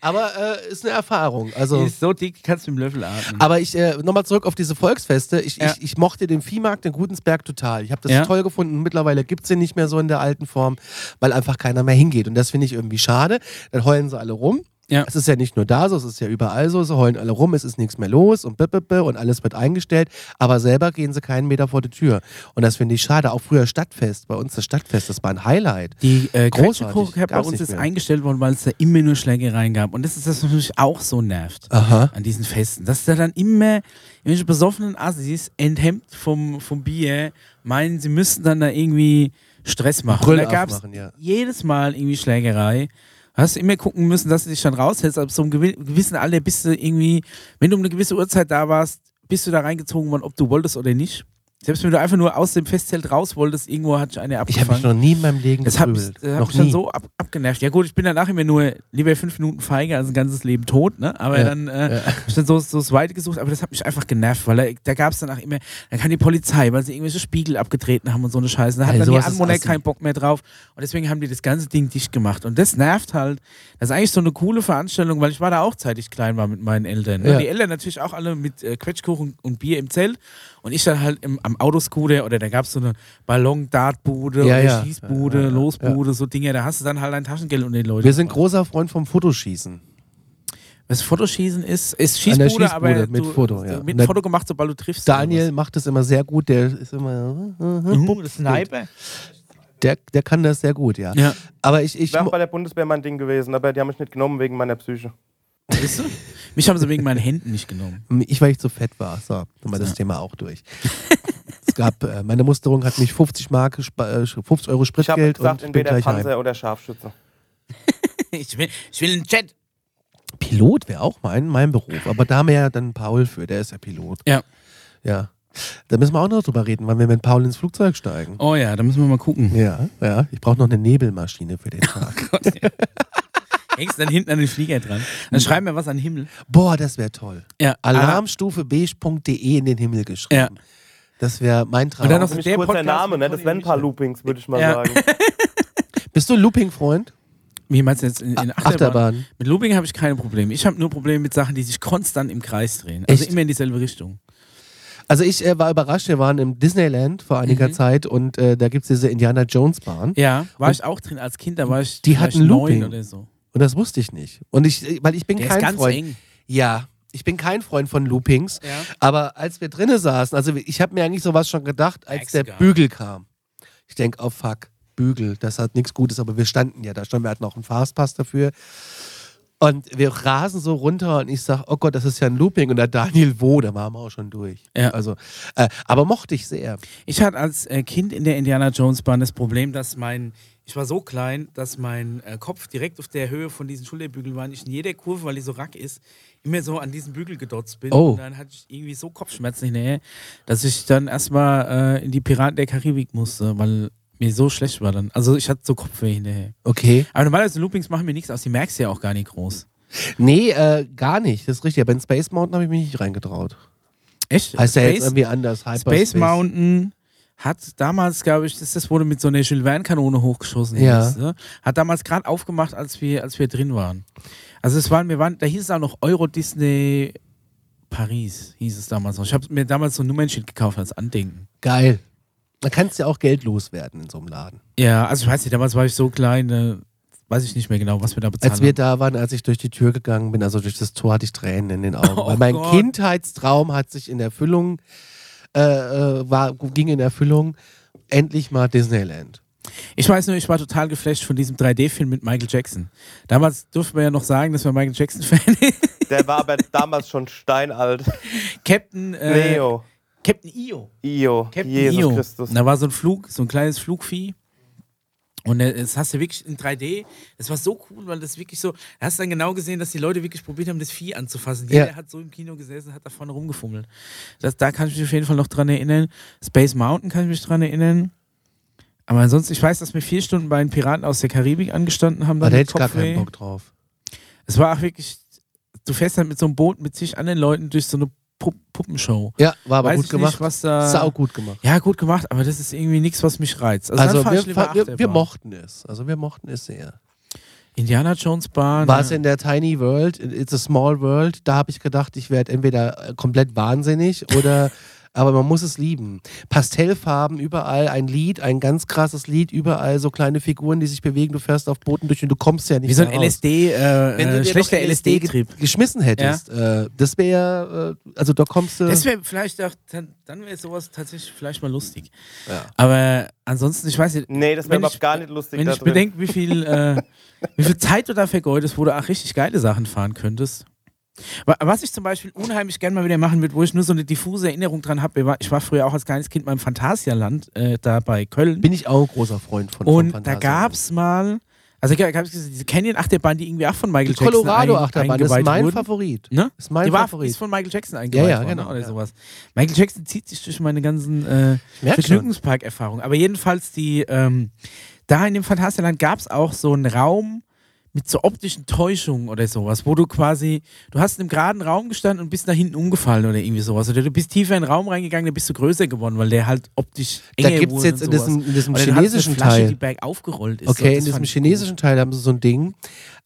A: Aber äh, ist eine Erfahrung. Also
B: Die ist so dick, die kannst du mit dem Löffel atmen.
A: aber ich, äh, nochmal zurück auf diese Volksfeste. Ich,
B: Mhm. Ja.
A: ich, ich mochte den Viehmarkt in Gutensberg total. Ich habe das
B: Ja.
A: toll gefunden. Mittlerweile gibt es den nicht mehr so in der alten Form, weil einfach keiner mehr hingeht. Und das finde ich irgendwie schade. Dann heulen sie alle rum.
B: Ja.
A: Es ist ja nicht nur da so, es ist ja überall so. Sie heulen alle rum, es ist nichts mehr los und b -b -b und alles wird eingestellt. Aber selber gehen sie keinen Meter vor die Tür. Und das finde ich schade. Auch früher Stadtfest, bei uns das Stadtfest, das war ein Highlight.
B: Die äh,
A: Großartig,
B: Quetschekuchen bei
A: gab's
B: uns
A: nicht
B: ist
A: mehr.
B: eingestellt worden, weil es da immer nur Schlägereien gab. Und das ist das, was mich auch so nervt
A: Aha.
B: an diesen Festen. Dass da dann immer irgendwelche besoffenen Assis enthemmt vom, vom Bier meinen, sie müssten dann da irgendwie Stress machen.
A: Brüll
B: Und da gab's
A: aufmachen, ja.
B: jedes Mal irgendwie Schlägerei. Hast du immer gucken müssen, dass du dich dann raushältst. Ab so einem gewi- gewissen Alter bist du irgendwie, wenn du um eine gewisse Uhrzeit da warst, bist du da reingezogen worden, ob du wolltest oder nicht. Selbst wenn du einfach nur aus dem Festzelt raus wolltest, irgendwo hat sich eine
A: Ich
B: abgefangen.
A: habe mich noch nie in meinem Leben
B: Das hat mich,
A: geprügelt.
B: das hat
A: noch
B: mich dann
A: nie.
B: so ab, abgenervt. Ja gut, ich bin danach immer nur lieber fünf Minuten feige als ein ganzes Leben tot, ne? Aber
A: Ja,
B: dann, äh, hab ich dann so, so das Weite gesucht, aber das hat mich einfach genervt, weil da, da gab es danach immer, dann kam die Polizei, weil sie irgendwelche Spiegel abgetreten haben und so eine Scheiße. Da hat
A: Ey,
B: dann die
A: sowas ist
B: Anwohner
A: assi.
B: keinen Bock mehr drauf und deswegen haben die das ganze Ding dicht gemacht. Und das nervt halt. Das ist eigentlich so eine coole Veranstaltung, weil ich war da auch zeitig klein war mit meinen Eltern. Ne?
A: Ja.
B: Die Eltern natürlich auch alle mit äh, Quetschkuchen und Bier im Zelt und ich dann halt im, am Autoscooter oder da gab es so eine Ballon-Dartbude
A: Ja,
B: oder
A: ja.
B: Schießbude,
A: Ja, ja, ja.
B: Losbude, so Dinge, da hast du dann halt ein Taschengeld und den Leuten.
A: Wir sind großer Freund vom Fotoschießen.
B: Was Fotoschießen ist, ist
A: An
B: Schießbude,
A: der
B: aber
A: Schießbude mit
B: du,
A: Foto, ja.
B: du- mit
A: Na-
B: Foto gemacht, sobald du triffst.
A: Daniel hm, macht es immer sehr gut. Der ist immer.
B: Mhm, Sniper.
A: Der, der kann das sehr gut, ja.
B: Ja.
A: Aber ich. ich
C: Ich wäre auch bei der Bundeswehr mein Ding gewesen, aber die haben mich nicht genommen wegen meiner Psyche.
B: Weißt du? Mich haben sie wegen meinen Händen nicht genommen.
A: ich, weil ich zu fett war. So, haben wir das
B: Ja.
A: Thema auch durch. es gab, äh, meine Musterung hat mich 50 Mark, gespa- äh, 50 Euro
C: Ich habe
A: Spritgeld
C: gesagt,
A: und bin
C: entweder
A: gleich
C: Panzer
A: heim.
C: oder Scharfschütze.
B: Ich will, ich will einen Chat.
A: Pilot wäre auch mein, mein Beruf, aber da haben wir ja dann Paul für, der ist ja Pilot.
B: Ja.
A: Ja. Da müssen wir auch noch drüber reden, wann wir mit Paul ins Flugzeug steigen.
B: Oh ja, da müssen wir mal gucken.
A: Ja, ja. Ich brauche noch eine Nebelmaschine für den Tag.
B: Hängst dann hinten an den Flieger dran. Dann schreiben wir was an den Himmel.
A: Boah, das wäre toll.
B: Ja,
A: Alarmstufe beige.de E in den Himmel geschrieben. Das wäre mein Traum.
B: Und dann noch
C: Das ist
B: der
C: nämlich kurz der
B: Podcast
C: Name,
B: mit
C: ne? Das
B: Conny
C: wären ein paar
B: Michel.
C: Loopings, würde ich mal
B: Ja.
C: sagen.
A: Bist du Looping-Freund?
B: Wie meinst du jetzt in, in
A: Achterbahn.
B: Achterbahn? Mit Looping habe ich keine Probleme. Ich habe nur Probleme mit Sachen, die sich konstant im Kreis drehen. Also
A: Echt?
B: immer in dieselbe Richtung.
A: Also ich äh, war überrascht, wir waren im Disneyland vor einiger Zeit und äh, da gibt es diese Indiana Jones Bahn.
B: Mhm. Ja, war
A: Und-
B: ich auch drin als Kind, da war ich
A: Die
B: vielleicht
A: hatten
B: neun
A: Looping.
B: oder so.
A: Und das wusste ich nicht. Und ich, äh, weil ich bin
B: Der
A: kein
B: ist ganz
A: Freund.
B: eng.
A: Ja, ich bin kein Freund von Loopings.
B: Ja.
A: Aber als wir drinnen saßen, also ich habe mir eigentlich sowas schon gedacht, als
B: Merkst
A: der
B: du gar
A: Bügel kam. Ich denke, oh fuck, Bügel, das hat nichts Gutes, aber wir standen ja da schon, wir hatten auch einen Fastpass dafür. Und wir rasen so runter und ich sag, oh Gott, das ist ja ein Looping. Und der Daniel Wo, da waren wir auch schon durch.
B: Ja.
A: Also, äh, aber mochte ich sehr.
B: Ich hatte als äh, Kind in der Indiana Jones Bahn das Problem, dass mein, ich war so klein, dass mein äh, Kopf direkt auf der Höhe von diesen Schulterbügeln war. und Ich in jeder Kurve, weil die so rack ist, immer so an diesen Bügel gedotzt bin.
A: Oh.
B: Und dann hatte ich irgendwie so Kopfschmerzen hinterher, dass ich dann erstmal äh, in die Piraten der Karibik musste, weil mir so schlecht war dann. Also ich hatte so Kopfweh hinterher.
A: Okay.
B: Aber normalerweise Loopings machen mir nichts aus, die merkst du ja auch gar nicht groß.
A: Nee, äh, gar nicht. Das ist richtig. Aber in Space Mountain habe ich mich nicht reingetraut.
B: Echt?
A: Heißt ja jetzt
B: Space-
A: irgendwie anders. Hyperspace.
B: Space Mountain hat damals, glaube ich, das, das wurde mit so einer Jules Verne-Kanone hochgeschossen.
A: Ja.
B: hieß, ne? Hat damals gerade aufgemacht, als wir, als wir drin waren. Also es waren, wir waren, da hieß es auch noch Euro Disney Paris, hieß es damals noch. Ich habe mir damals so ein Nummernschild gekauft als Andenken.
A: Geil. Da kannst du ja auch Geld loswerden in so einem Laden.
B: Ja, also ich weiß nicht, damals war ich so klein, äh, weiß ich nicht mehr genau, was wir da bezahlt
A: Als wir
B: haben.
A: da waren, als ich durch die Tür gegangen bin, also durch das Tor, hatte ich Tränen in den Augen.
B: Oh
A: weil mein
B: Gott.
A: Kindheitstraum hat sich in Erfüllung, äh, äh, war, ging in Erfüllung. Endlich mal Disneyland.
B: Ich weiß nur, ich war total geflasht von diesem 3D-Film mit Michael Jackson. Damals durften wir ja noch sagen, dass wir Michael Jackson-Fan
C: Der war aber damals schon steinalt.
B: Captain, äh,
C: Neo.
B: Captain Io.
C: Io.
B: Captain
C: Jesus
B: Io.
C: Christus.
B: Und Da war so ein Flug, so ein kleines Flugvieh. Und äh, das hast du wirklich in 3D. Das war so cool, weil das wirklich so. Da hast du dann genau gesehen, dass die Leute wirklich probiert haben, das Vieh anzufassen.
A: Ja.
B: Jeder hat so im Kino gesessen, hat da vorne rumgefummelt. Das, da kann ich mich auf jeden Fall noch dran erinnern. Space Mountain kann ich mich dran erinnern. Aber ansonsten, ich weiß, dass wir vier Stunden bei den Piraten aus der Karibik angestanden haben.
A: Da
B: dann
A: hätte
B: mit
A: ich gar
B: Kopfweh.
A: keinen Bock drauf.
B: Es war auch wirklich. Du fährst dann mit so einem Boot mit zig anderen Leuten durch so eine Pu- Puppenshow.
A: Ja, war aber
B: weiß
A: gut
B: ich
A: gemacht.
B: Nicht, was da
A: Sau gut gemacht.
B: ja, gut gemacht, aber das ist irgendwie nichts, was mich reizt. Also,
A: Also,
B: dann fahr ich
A: wir,
B: lieber
A: fa- wir, wir
B: Achterbahn.
A: mochten es. Also wir mochten es sehr.
B: Indiana Jones Bahn.
A: War es
B: ja.
A: in der Tiny World, in It's a Small World, da habe ich gedacht, ich werde entweder äh, komplett wahnsinnig oder, aber man muss es lieben. Pastellfarben überall, ein Lied, ein ganz krasses Lied, überall so kleine Figuren, die sich bewegen, du fährst auf Booten durch und du kommst ja nicht
B: Wie so ein
A: mehr raus.
B: LSD, äh,
A: Wenn du
B: äh,
A: dir
B: schlechter
A: doch LSD
B: LSD-Trip.
A: ge- geschmissen hättest, äh, das wäre, äh, also da kommst du.
B: Das wäre vielleicht auch, dann, dann wäre sowas tatsächlich vielleicht mal lustig.
A: Ja.
B: Aber ansonsten, ich weiß nicht,
C: Nee, das wäre
B: Wenn
C: überhaupt
B: ich-
C: gar nicht lustig.
B: wenn
C: da
B: ich
C: drin.
B: bedenke, wie viel, äh, wie viel Zeit du da vergeudest, wo du auch richtig geile Sachen fahren könntest. Wa- Was ich zum Beispiel unheimlich gerne mal wieder machen würde, wo ich nur so eine diffuse Erinnerung dran habe, ich war früher auch als kleines Kind mal im Phantasialand, äh, da bei Köln.
A: bin ich auch ein großer Freund von. von
B: Und da
A: Phantasialand.
B: gab es mal, also da gab es diese Canyon-Achterbahn, die irgendwie auch von Michael
A: die
B: Jackson
A: Colorado-Achterbahn, das ist
B: eingeweiht
A: mein
B: wurde.
A: Favorit.
B: Ne?
A: Ist mein
B: die war,
A: Favorit.
B: Ist von Michael Jackson eingeweiht
A: Ja, ja,
B: worden, ne,
A: genau,
B: oder
A: ja.
B: sowas. Michael Jackson zieht sich durch meine ganzen äh,
A: merk schon.
B: Vergnügungspark-Erfahrungen. Aber jedenfalls, die, ähm, da in dem Phantasialand gab es auch so einen Raum mit so optischen Täuschungen oder sowas, wo du quasi, du hast in einem geraden Raum gestanden und bist nach hinten umgefallen oder irgendwie sowas. Oder du bist tiefer in den Raum reingegangen, dann bist du größer geworden, weil der halt optisch
A: Da
B: enger
A: gibt es
B: wurde
A: jetzt in
B: und sowas.
A: diesem, in diesem
B: Oder du hast eine
A: chinesischen
B: Flasche,
A: Teil.
B: die bergauf gerollt ist. So,
A: Okay,
B: das
A: in diesem
B: fand ich
A: chinesischen Teil haben sie so ein Ding,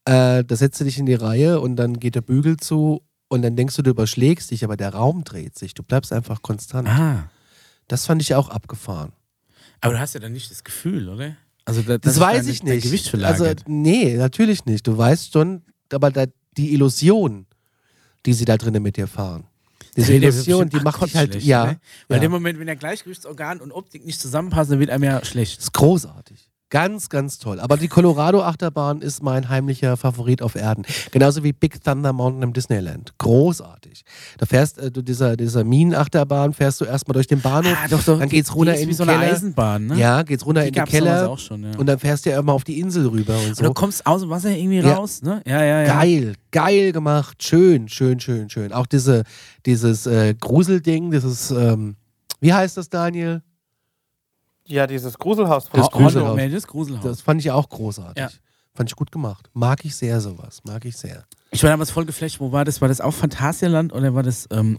A: äh, da setzt du dich in die Reihe und dann geht der Bügel zu und dann denkst du, du überschlägst dich, aber der Raum dreht sich. Du bleibst einfach
B: gut.
A: konstant.
B: Ah,
A: Das fand ich auch abgefahren.
B: aber du hast ja dann nicht das Gefühl, oder? Also
A: Das, weiß ich
B: Dein
A: nicht.
B: Gewicht
A: also,
B: verlagert.
A: nee, natürlich nicht. Du weißt schon, aber da, die Illusion, die sie da drinnen mit dir fahren. Diese
B: Dann wird der
A: Illusion, die
B: bestimmt
A: macht
B: aktiv
A: dich halt,
B: schlecht,
A: ja,
B: ne? Weil
A: ja.
B: dem Moment, wenn der Gleichgewichtsorgan und Optik nicht zusammenpassen, dann wird einem ja schlecht.
A: ist großartig. Ganz, ganz toll. Aber die Colorado-Achterbahn ist mein heimlicher Favorit auf Erden. Genauso wie Big Thunder Mountain im Disneyland. Großartig. Da fährst äh, du dieser, dieser Minenachterbahn, fährst du erstmal durch den Bahnhof.
B: Ah, doch, doch.
A: Ah, Dann geht's runter
B: die ist
A: in
B: wie
A: den
B: so eine
A: Keller.
B: Eisenbahn, ne?
A: Ja, geht's runter
B: die
A: in den
B: gab's damals
A: Keller.
B: auch schon, ja.
A: Und dann fährst du ja immer auf die Insel rüber und
B: Und du
A: so.
B: kommst aus dem Wasser irgendwie
A: Ja.
B: raus, ne? Ja, ja, ja.
A: Geil, geil gemacht. Schön, schön, schön, schön. Auch diese, dieses äh, Gruselding, dieses, ähm, wie heißt das, Daniel?
C: ja, dieses Gruselhaus von
A: Das
B: Das
A: Gruselhaus.
B: Gruselhaus. Man, das Gruselhaus.
A: Das fand ich ja auch großartig.
B: Genau. Ja.
A: Fand ich gut gemacht. Mag ich sehr sowas. Mag ich sehr.
B: Ich war damals voll geflasht, wo war das? War das auch Phantasialand oder war das ähm,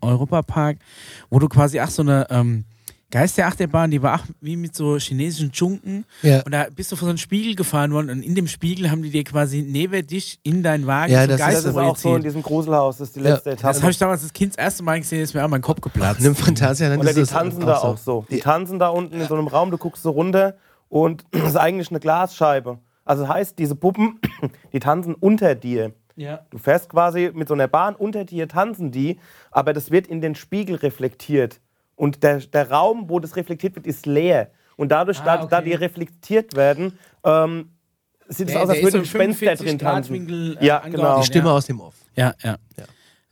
B: Europapark? Wo du quasi, ach, so eine ähm, Geisterachterbahn, die war ach, wie mit so chinesischen Dschunken.
A: Ja.
B: Und da bist du vor so einen Spiegel gefahren worden und in dem Spiegel haben die dir quasi neben dich in deinen Wagen
A: Ja,
B: so
A: das ist-
C: Das
B: Geister
C: ist auch so in
B: projiziert.
C: diesem Gruselhaus, das ist die
A: Ja,
C: letzte
B: Das habe
C: Etappe.
B: ich damals als Kind das erste Mal gesehen, ist mir auch mein Kopf geplatzt.
A: In einem Phantasialand
C: Oder
A: ist
C: die
A: es
C: tanzen da auch so. Die tanzen da unten in so einem Raum, du guckst so runter und es ist eigentlich eine Glasscheibe. Also das heißt, diese Puppen, die tanzen unter dir.
B: Ja.
C: Du fährst quasi mit so einer Bahn, unter dir tanzen die, aber das wird in den Spiegel reflektiert. Und der, der Raum, wo das reflektiert wird, ist leer. Und dadurch,
B: Ah,
C: da, da
B: okay.
C: die reflektiert werden, ähm, sieht es
B: Der-
C: aus,
B: der
C: als
B: ist
C: würde
B: so
C: ein Gespenst da
B: 45
C: drin tanzen.
B: Grad-Winkel, äh,
C: Ja,
B: angeordnet,
C: genau.
A: Die Stimme
B: ja.
A: aus dem Off.
B: Ja, ja.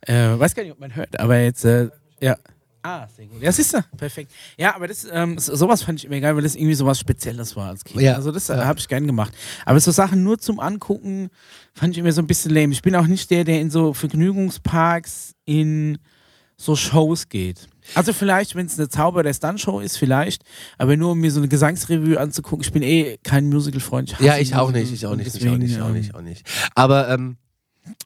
B: Äh, weiß gar nicht, ob man hört, aber jetzt, äh, ja. Ah, sehr gut. Ja, siehst du, perfekt. Ja, aber das, ähm, so- sowas fand ich immer geil, weil das irgendwie sowas Spezielles war als Kind.
A: Ja.
B: Also das
A: Ja.
B: habe ich gern gemacht. Aber so Sachen nur zum Angucken fand ich immer so ein bisschen lame. Ich bin auch nicht der, der in so Vergnügungsparks in so Shows geht. Also vielleicht, wenn es eine Zauber der Stunt Show ist, vielleicht. Aber nur um mir so eine Gesangsrevue anzugucken. Ich bin eh kein Musical-Freund. hasse
A: Ja, ich auch
B: Musical.
A: nicht, ich auch
B: Und
A: nicht, ich auch
B: deswegen,
A: nicht, auch
B: ähm,
A: nicht, auch nicht. Aber ähm,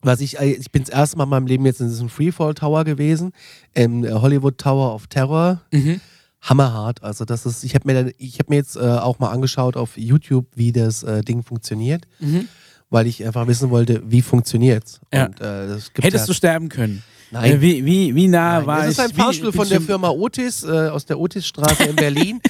A: was ich, äh, ich bin das erste Mal in meinem Leben jetzt in diesem Freefall Tower gewesen, im äh, Hollywood Tower of Terror.
B: Mhm.
A: Hammerhart. Also das ist, ich habe mir dann, ich habe mir jetzt äh, auch mal angeschaut auf YouTube, wie das äh, Ding funktioniert,
B: Mhm.
A: weil ich einfach wissen wollte, wie funktioniert's.
B: Ja.
A: Und, äh, das gibt
B: Hättest
A: ja,
B: du sterben können?
A: Nein.
B: Äh, Wie, wie, wie nah
A: Nein,
B: war
A: das
B: ich?
A: ist ein
B: Wie-
A: Fahrstuhl
B: bin
A: von
B: ich
A: der
B: im-
A: Firma Otis äh, aus der Otisstraße in Berlin.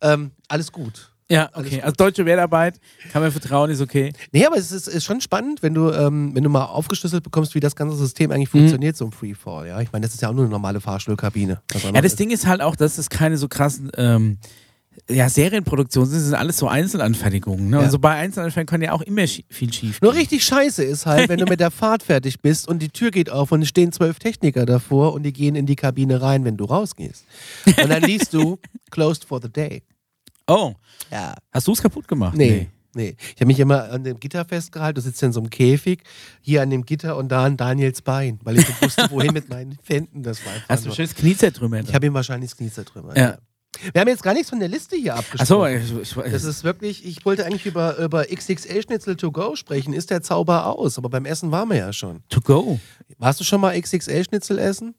A: ähm, alles gut.
B: Ja,
A: Alles
B: okay.
A: gut.
B: Also deutsche Wertarbeit, kann man vertrauen, ist okay.
A: Nee, aber es ist, ist schon spannend, wenn du, ähm, wenn du mal aufgeschlüsselt bekommst, wie das ganze System eigentlich
B: Mhm.
A: funktioniert, so ein Freefall. Ja, ich meine, das ist ja auch nur eine normale Fahrstuhlkabine. Was
B: Ja,
A: anderes
B: das
A: ist.
B: Ding ist halt auch, dass es keine so krassen ähm, ja, Serienproduktionen sind, es sind alles so Einzelanfertigungen. Ne?
A: Ja.
B: Und so bei Einzelanfertigungen kann ja auch immer schie- viel schief.
A: Nur richtig scheiße ist halt, wenn du mit der Fahrt fertig bist und die Tür geht auf und es stehen zwölf Techniker davor und die gehen in die Kabine rein, wenn du rausgehst. Und dann liest du Closed for the Day.
B: Oh,
A: Ja.
B: hast du es kaputt gemacht?
A: Nee. Nee, ich habe mich immer an dem Gitter festgehalten. Du sitzt in so einem Käfig, hier an dem Gitter und da an Daniels Bein, weil ich nicht wusste, wohin mit meinen Händen das war. einfach
B: Hast du
A: nur-
B: ein schönes Knie zertrümmert?
A: Also, Ich habe ihm wahrscheinlich das Knie zertrümmert.
B: Ja.
A: Wir haben jetzt gar nichts von der Liste hier abgesprochen.
B: Achso, ich, ich,
A: Das ist wirklich, ich wollte eigentlich über, über XXL-Schnitzel to go sprechen. Ist der Zauber aus? Aber beim Essen waren wir ja schon.
B: to go.
A: Warst du schon mal XXL-Schnitzel essen?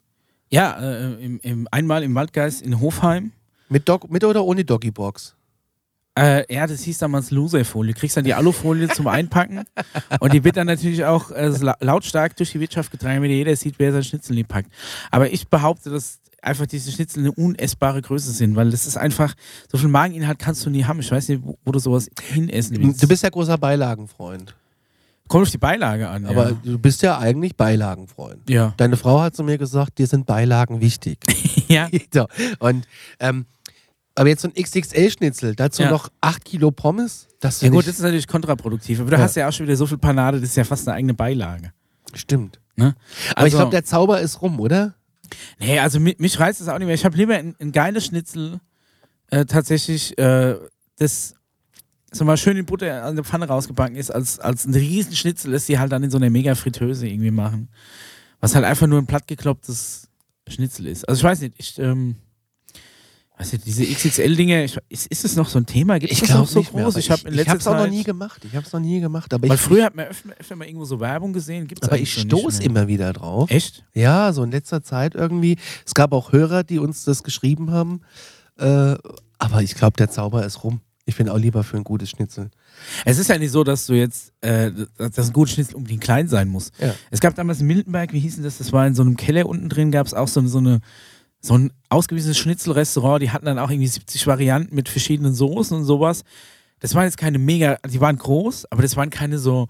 B: Ja, äh, im, im, einmal im Waldgeist in Hofheim.
A: Mit, Dog, mit oder ohne Doggybox?
B: Äh, ja, das hieß damals Loserfolie. Du kriegst dann die Alufolie zum Einpacken und die wird dann natürlich auch äh, la- lautstark durch die Wirtschaft getragen, damit jeder sieht, wer sein Schnitzel nie packt. Aber ich behaupte, dass einfach diese Schnitzel eine unessbare Größe sind, weil das ist einfach, so viel Mageninhalt kannst du nie haben. Ich weiß nicht, wo, wo du sowas hinessen willst.
A: Du bist ja großer Beilagenfreund.
B: Kommt auf die Beilage an.
A: Aber
B: ja.
A: du bist ja eigentlich Beilagenfreund.
B: Ja.
A: Deine Frau hat zu mir gesagt, dir sind Beilagen wichtig.
B: ja.
A: so, und, ähm, aber jetzt so ein XXL-Schnitzel, dazu
B: Ja.
A: noch 8 Kilo Pommes? Das
B: Ja
A: find
B: gut,
A: ich-
B: das ist natürlich kontraproduktiv, aber du
A: Ja.
B: hast ja auch schon wieder so viel Panade, das ist ja fast eine eigene Beilage.
A: stimmt.
B: Ne?
A: Aber ich glaube, der Zauber ist rum, oder?
B: Nee, also mich, mich reizt es auch nicht mehr. Ich habe lieber ein, ein geiles Schnitzel äh, tatsächlich, äh, das so mal schön in Butter an der Pfanne rausgebacken ist, als, als ein riesen Schnitzel ist, die halt dann in so einer mega Fritteuse irgendwie machen. Was halt einfach nur ein plattgeklopptes Schnitzel ist. Also ich weiß nicht, ich, ähm, weiß nicht, diese XXL-Dinge, ich- ist, ist es noch so ein Thema? Gibt es das
A: glaub
B: noch so
A: nicht mehr,
B: groß?
A: aber
B: ich habe in
A: ich, ich
B: letzter
A: hab's auch
B: Zeit...
A: noch nie gemacht. Ich hab's noch nie gemacht. Aber
B: Weil
A: ich,
B: früher hat man öfter, öfter mal irgendwo so Werbung gesehen, gibt's
A: aber
B: eigentlich
A: ich
B: so nicht
A: stoß
B: mehr.
A: immer wieder drauf.
B: Echt?
A: Ja, so in letzter Zeit irgendwie. Es gab auch Hörer, die uns das geschrieben haben. Äh, aber ich glaube, der Zauber ist rum. Ich bin auch lieber für ein gutes Schnitzel.
B: Es ist ja nicht so, dass du jetzt, äh, dass ein guter Schnitzel unbedingt klein sein muss.
A: Ja.
B: Es gab damals in Miltenberg, wie hieß denn das? Das war in so einem Keller unten drin, gab es auch so, so, eine, so ein ausgewiesenes Schnitzelrestaurant. Die hatten dann auch irgendwie 70 Varianten mit verschiedenen Soßen und sowas. Das waren jetzt keine mega, die waren groß, aber das waren keine so.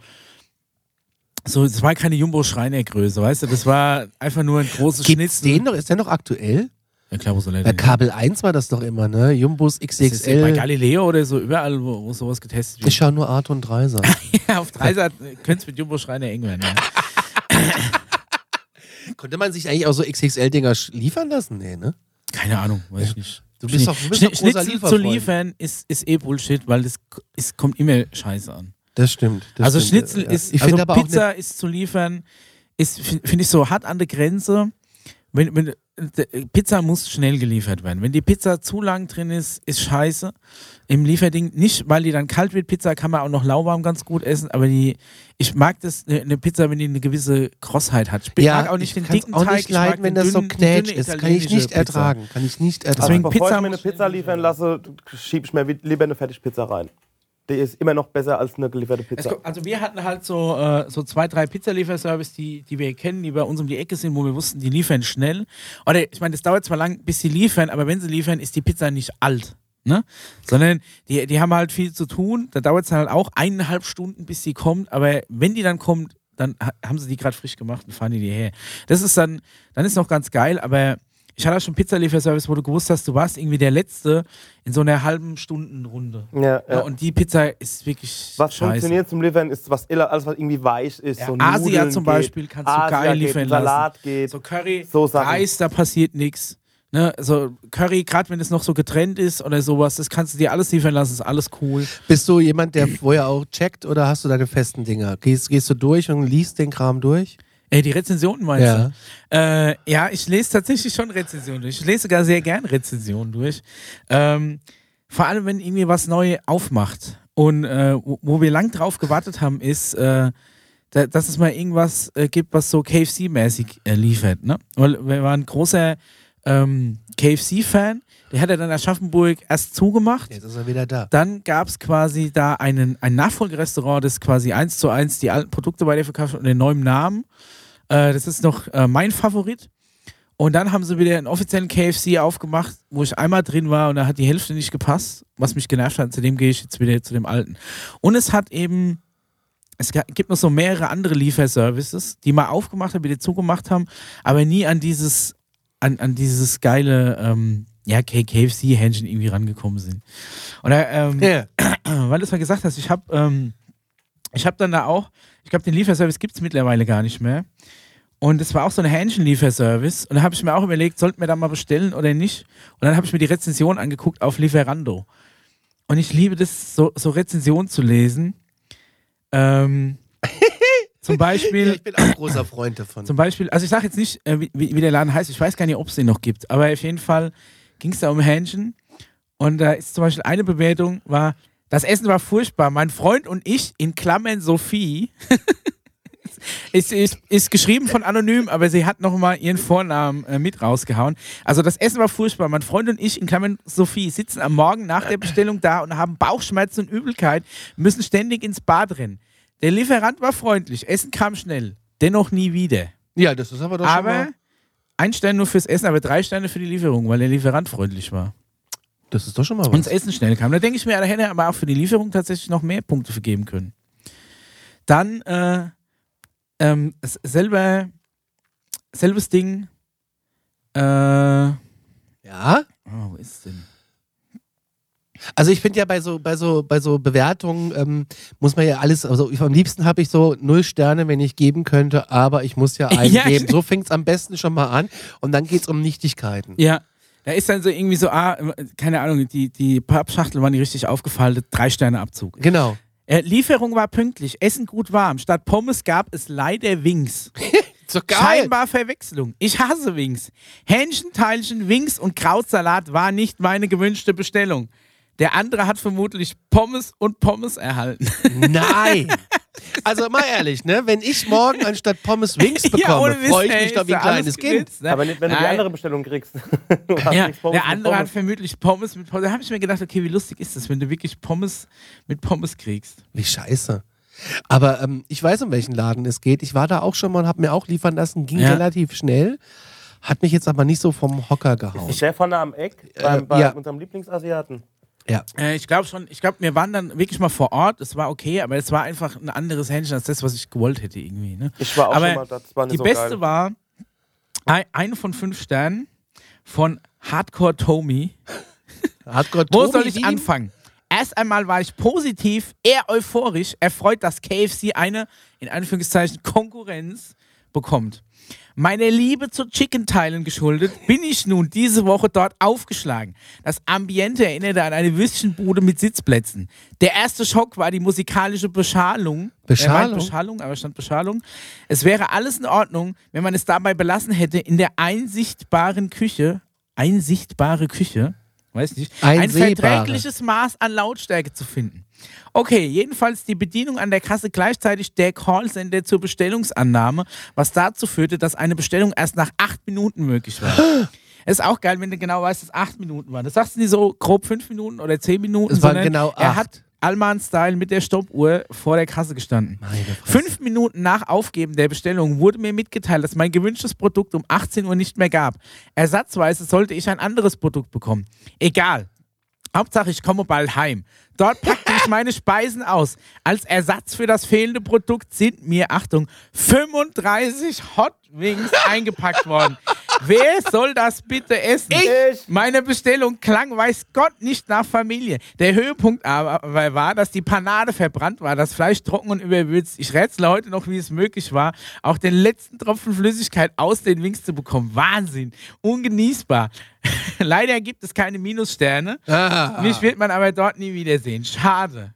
B: So, das war keine Jumbo-Schreiner-Größe, weißt du? Das war einfach nur ein großes
A: Gibt's
B: Schnitzel.
A: den noch? Ist der noch aktuell?
B: Ja, klar, wo soll er
A: Bei
B: denn?
A: Kabel 1 war das doch immer, ne? Jumbos
B: Das ist Bei
A: XXL.
B: Galileo oder so, überall, wo, wo sowas getestet wird.
A: Ich schaue nur Arthur und Dreiser.
B: Ja, auf drei Seiten könnte es mit Jumbo Schreiner eng werden. Ja.
A: Konnte man sich eigentlich auch so XXL-Dinger sch- liefern lassen? Nee, ne?
B: Keine Ahnung, weiß ich nicht.
A: Du bist doch- du bist doch
B: Schni-
A: großer
B: Schnitzel zu
A: Lieferfreund.
B: liefern ist, ist eh Bullshit, weil das k- es kommt immer Scheiße an.
A: Das stimmt. Das
B: also
A: stimmt,
B: Schnitzel
A: ja.
B: ist,
A: Ich
B: also
A: finde aber auch
B: Pizza ist zu liefern, ist fi- finde ich so hart an der Grenze. Wenn, wenn d- Pizza muss schnell geliefert werden. Wenn die Pizza zu lang drin ist, ist Scheiße. Im Lieferding nicht, weil die dann kalt wird. Pizza kann man auch noch lauwarm ganz gut essen, aber die ich mag das eine ne Pizza, wenn die eine gewisse Krossheit hat. Ich
A: ja,
B: mag auch nicht
A: ich
B: den
A: kann's
B: dicken
A: auch
B: Teig,
A: nicht
B: ich mag
A: leiden, wenn
B: den
A: das so
B: dünnen-
A: knätsch
B: dünne
A: ist. Kann ich
B: italienische
A: nicht
B: Pizza.
A: ertragen. Kann ich nicht ertragen.
B: Deswegen
C: Bevor
B: Pizza
C: ich mir eine
B: muss-
C: Pizza liefern lasse, schiebe ich mir wi- lieber eine Fertigpizza rein. Die ist immer noch besser als eine gelieferte
B: Es
C: Pizza.
B: kommt, also wir hatten halt so, äh, so zwei, drei Pizzalieferservice, die, die wir kennen, die bei uns um die Ecke sind, wo wir wussten, die liefern schnell. Oder ich meine, das dauert zwar lang, bis sie liefern, aber wenn sie liefern, ist die Pizza nicht alt. Ne? Sondern die, die haben halt viel zu tun. Da dauert es halt auch eineinhalb Stunden, bis sie kommt. Aber wenn die dann kommt, dann ha haben sie die gerade frisch gemacht und fahren die die her. Das ist dann, dann ist noch ganz geil, aber ich hatte auch schon Pizzalieferservice, wo du gewusst hast, du warst irgendwie der Letzte in so einer halben Stundenrunde.
C: Ja,
B: Ja.
C: ja.
B: und die Pizza ist wirklich
C: was
B: scheiße.
C: funktioniert zum Liefern ist was illa- alles was irgendwie weich ist.
B: Ja,
C: so
B: Asia
C: Nudeln
B: zum
C: geht,
B: Beispiel kannst du
C: Asia
B: geil
C: geht,
B: liefern
C: Salat geht.
B: So Curry,
C: So Sachen.
B: Reis, da passiert nichts. Ne? Also Curry, gerade wenn es noch so getrennt ist oder sowas, das kannst du dir alles liefern lassen, ist alles cool.
A: Bist du jemand, der vorher auch checkt oder hast du deine festen Dinger? Gehst, gehst du durch und liest den Kram durch?
B: Ey, die Rezensionen meinst
A: Ja.
B: du? Äh, ja, ich lese tatsächlich schon Rezensionen durch. Ich lese sogar sehr gern Rezensionen durch. Ähm, vor allem, wenn irgendwie was neu aufmacht. Und äh, wo, wo wir lang drauf gewartet haben, ist, äh, da, dass es mal irgendwas äh, gibt, was so KFC-mäßig äh, liefert. Ne? Weil wir waren ein großer ähm, KFC-Fan. Der hat ja dann Aschaffenburg erst zugemacht.
A: Jetzt ist er wieder da.
B: Dann gab es quasi da einen, ein Nachfolgerestaurant, das quasi eins zu eins die alten Produkte bei dir verkauft und den neuen Namen. Äh, das ist noch äh, mein Favorit. Und dann haben sie wieder einen offiziellen KFC aufgemacht, wo ich einmal drin war und da hat die Hälfte nicht gepasst, was mich genervt hat. Zudem gehe ich jetzt wieder zu dem alten. Und es hat eben, es ga- gibt noch so mehrere andere Lieferservices, die mal aufgemacht haben, wieder zugemacht haben, aber nie an dieses, an, an dieses geile ähm, ja, KFC-Händchen irgendwie rangekommen sind. Und da, ähm,
A: Ja.
B: weil du es mal gesagt hast, ich habe ähm, ich hab dann da auch, ich glaube, den Lieferservice gibt es mittlerweile gar nicht mehr. Und es war auch so ein Hähnchen-Lieferservice. Und da habe ich mir auch überlegt, sollten wir da mal bestellen oder nicht? Und dann habe ich mir die Rezension angeguckt auf Lieferando. Und ich liebe das, so, so Rezensionen zu lesen. Ähm, zum Beispiel,
A: Ich bin auch großer Freund davon.
B: zum Beispiel, also ich sage jetzt nicht, äh, wie, wie wie der Laden heißt, ich weiß gar nicht, ob es den noch gibt, aber auf jeden Fall ging es da um Hähnchen und da ist zum Beispiel eine Bewertung war, das Essen war furchtbar, mein Freund und ich, in Klammern Sophie, ist, ist, ist geschrieben von Anonym, aber sie hat nochmal ihren Vornamen äh, mit rausgehauen. Also das Essen war furchtbar, mein Freund und ich, in Klammern Sophie, sitzen am Morgen nach der Bestellung da und haben Bauchschmerzen und Übelkeit, müssen ständig ins Bad rennen. Der Lieferant war freundlich, Essen kam schnell, dennoch nie wieder.
A: ja, das ist aber doch schon
B: Aber
A: mal,
B: ein Stern nur fürs Essen, aber drei Sterne für die Lieferung, weil der Lieferant freundlich war.
A: das ist doch schon mal
B: Und das
A: was.
B: Essen schnell kam. Da denke ich mir, da hätte er aber auch für die Lieferung tatsächlich noch mehr Punkte vergeben können. Dann äh, ähm, s- selber, selbes Ding. Äh, oh,
A: Ja?
B: wo ist denn?
A: Also ich finde ja bei so bei so bei so Bewertungen ähm, muss man ja alles, also ich, am liebsten habe ich so null Sterne, wenn ich geben könnte, aber ich muss ja einen
B: Ja.
A: geben. So fängt es am besten schon mal an und dann geht es um Nichtigkeiten.
B: Ja. Da ist dann so irgendwie so, ah, keine Ahnung, die, die Pappschachtel waren die richtig aufgefaltet, drei Sterne Abzug.
A: Genau.
B: Äh, Lieferung war pünktlich, Essen gut warm. Statt Pommes gab es leider Wings.
A: So
B: Scheinbar Verwechslung. Ich hasse Wings. Hähnchen, Teilchen, Wings und Krautsalat war nicht meine gewünschte Bestellung. Der andere hat vermutlich Pommes und Pommes erhalten.
A: Nein. Also mal ehrlich, ne? Wenn ich morgen anstatt Pommes Wings bekomme,
B: ohne Witz,
A: freue ich
B: ey,
A: mich doch wie ein
B: ist ja
A: kleines
B: alles
A: Kind.
B: gewitzt, ne?
C: Aber nicht, wenn du die
B: Nein.
C: andere Bestellung kriegst. Du hast
B: Ja,
C: nichts Pommes
B: der
C: mit
B: andere hat
C: Pommes.
B: vermutlich Pommes mit Pommes. Da habe ich mir gedacht, okay, wie lustig ist das, wenn du wirklich Pommes mit Pommes kriegst.
A: Wie scheiße. Aber ähm, ich weiß, um welchen Laden es geht. Ich war da auch schon mal und habe mir auch liefern lassen, ging
B: Ja.
A: relativ schnell. Hat mich jetzt aber nicht so vom Hocker gehauen.
C: Ist der von da am Eck beim, bei
A: ja.
C: unserem Lieblingsasiaten.
A: Ja.
B: Äh, ich glaube schon, ich glaube, wir waren dann wirklich mal vor Ort. Es war okay, aber es war einfach ein anderes Hähnchen als das, was ich gewollt hätte irgendwie. Ne?
C: Ich war auch
B: Aber
C: schon mal da. Das war nicht
B: Die
C: so
B: beste
C: geil.
B: war ein, eine von fünf Sternen von Hardcore Tommy.
A: Hat Gott
B: Wo
A: Tobi
B: soll ich
A: lieb?
B: anfangen? Erst einmal war ich positiv, eher euphorisch, erfreut, dass KFC eine, in Anführungszeichen, Konkurrenz bekommt. Meiner Liebe zu Chicken-Teilen geschuldet, bin ich nun diese Woche dort aufgeschlagen. Das Ambiente erinnerte an eine Würstchenbude mit Sitzplätzen. Der erste Schock war die musikalische Beschalung.
A: Beschalung?
B: Er meint Beschallung, aber stand Beschallung. Es wäre alles in Ordnung, wenn man es dabei belassen hätte, in der einsichtbaren Küche, einsichtbare Küche, weiß nicht, ein
A: Einsehbare.
B: verträgliches Maß an Lautstärke zu finden. Okay, jedenfalls die Bedienung an der Kasse gleichzeitig der Callsender zur Bestellungsannahme, was dazu führte, dass eine Bestellung erst nach acht Minuten möglich war. Es ist auch geil, wenn du genau weißt, dass acht Minuten waren. Das sagst du nicht so grob fünf Minuten oder zehn Minuten.
A: Es waren
B: sondern
A: genau
B: Er
A: acht.
B: hat Allman-Style mit der Stoppuhr vor der Kasse gestanden.
A: Meine Fresse.
B: Fünf Minuten nach Aufgeben der Bestellung wurde mir mitgeteilt, dass mein gewünschtes Produkt um 18 Uhr nicht mehr gab. Ersatzweise sollte ich ein anderes Produkt bekommen. Egal. Hauptsache, ich komme bald heim. Dort packte ich meine Speisen aus. Als Ersatz für das fehlende Produkt sind mir, Achtung, 35 Hot Wings eingepackt worden. Wer soll das bitte essen?
C: Ich.
B: Meine Bestellung klang, weiß Gott, nicht nach Familie. Der Höhepunkt aber war, dass die Panade verbrannt war, das Fleisch trocken und überwürzt. Ich rätsle heute noch, wie es möglich war, auch den letzten Tropfen Flüssigkeit aus den Wings zu bekommen. Wahnsinn. Ungenießbar. Leider gibt es keine Minussterne.
A: Ah.
B: Mich wird man aber dort nie wiedersehen. Schade.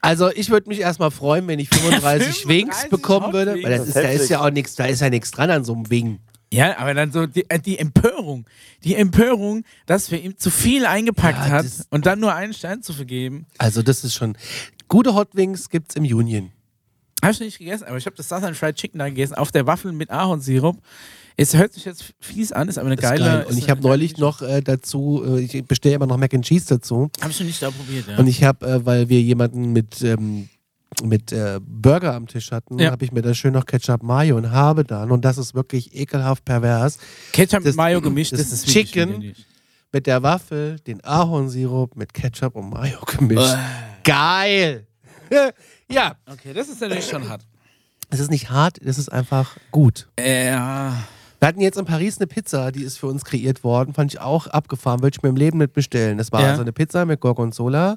A: Also ich würde mich erstmal freuen, wenn ich 35 Wings
B: 35
A: bekommen
B: Hot
A: würde.
B: Wings.
A: Weil das
C: Das
A: ist,
C: ist
A: da ist
C: heftig.
A: ja auch nichts, da ist ja nichts dran an so einem Wing.
B: Ja, aber dann so die, äh, die Empörung. Die Empörung, dass wir ihm zu viel eingepackt
A: Ja,
B: hat
A: das-
B: und dann nur einen Stern zu vergeben.
A: Also das ist schon. Gute Hot Wings gibt's im Union.
B: Habe ich nicht gegessen, aber ich habe das Southern Fried Chicken da gegessen, auf der Waffel mit Ahornsirup. Es hört sich jetzt fies an, ist aber eine
A: Das ist
B: geile.
A: geil. Und
B: ist
A: ich
B: eine
A: habe
B: geile
A: neulich
B: Mischung.
A: noch äh, dazu, äh, ich bestelle immer noch Mac and Cheese dazu.
B: Hab ich noch nicht da probiert, ja.
A: Und ich habe, äh, weil wir jemanden mit, ähm, mit äh, Burger am Tisch hatten,
B: Ja.
A: habe ich mir da schön noch Ketchup Mayo und habe dann, und das ist wirklich ekelhaft pervers,
B: Ketchup
A: das-
B: mit Mayo gemischt,
A: das
B: das, ist wirklich
A: Chicken-
B: widerlich.
A: mit der Waffel den Ahornsirup mit Ketchup und Mayo gemischt.
B: Äh.
A: Geil! ja,
B: Okay, das ist natürlich schon hart.
A: es ist nicht hart, es ist einfach gut.
B: Äh, ja.
A: Wir hatten jetzt in Paris eine Pizza, die ist für uns kreiert worden. Fand ich auch abgefahren, würde ich mir im Leben nicht bestellen. Das war
B: Ja.
A: also eine Pizza mit Gorgonzola,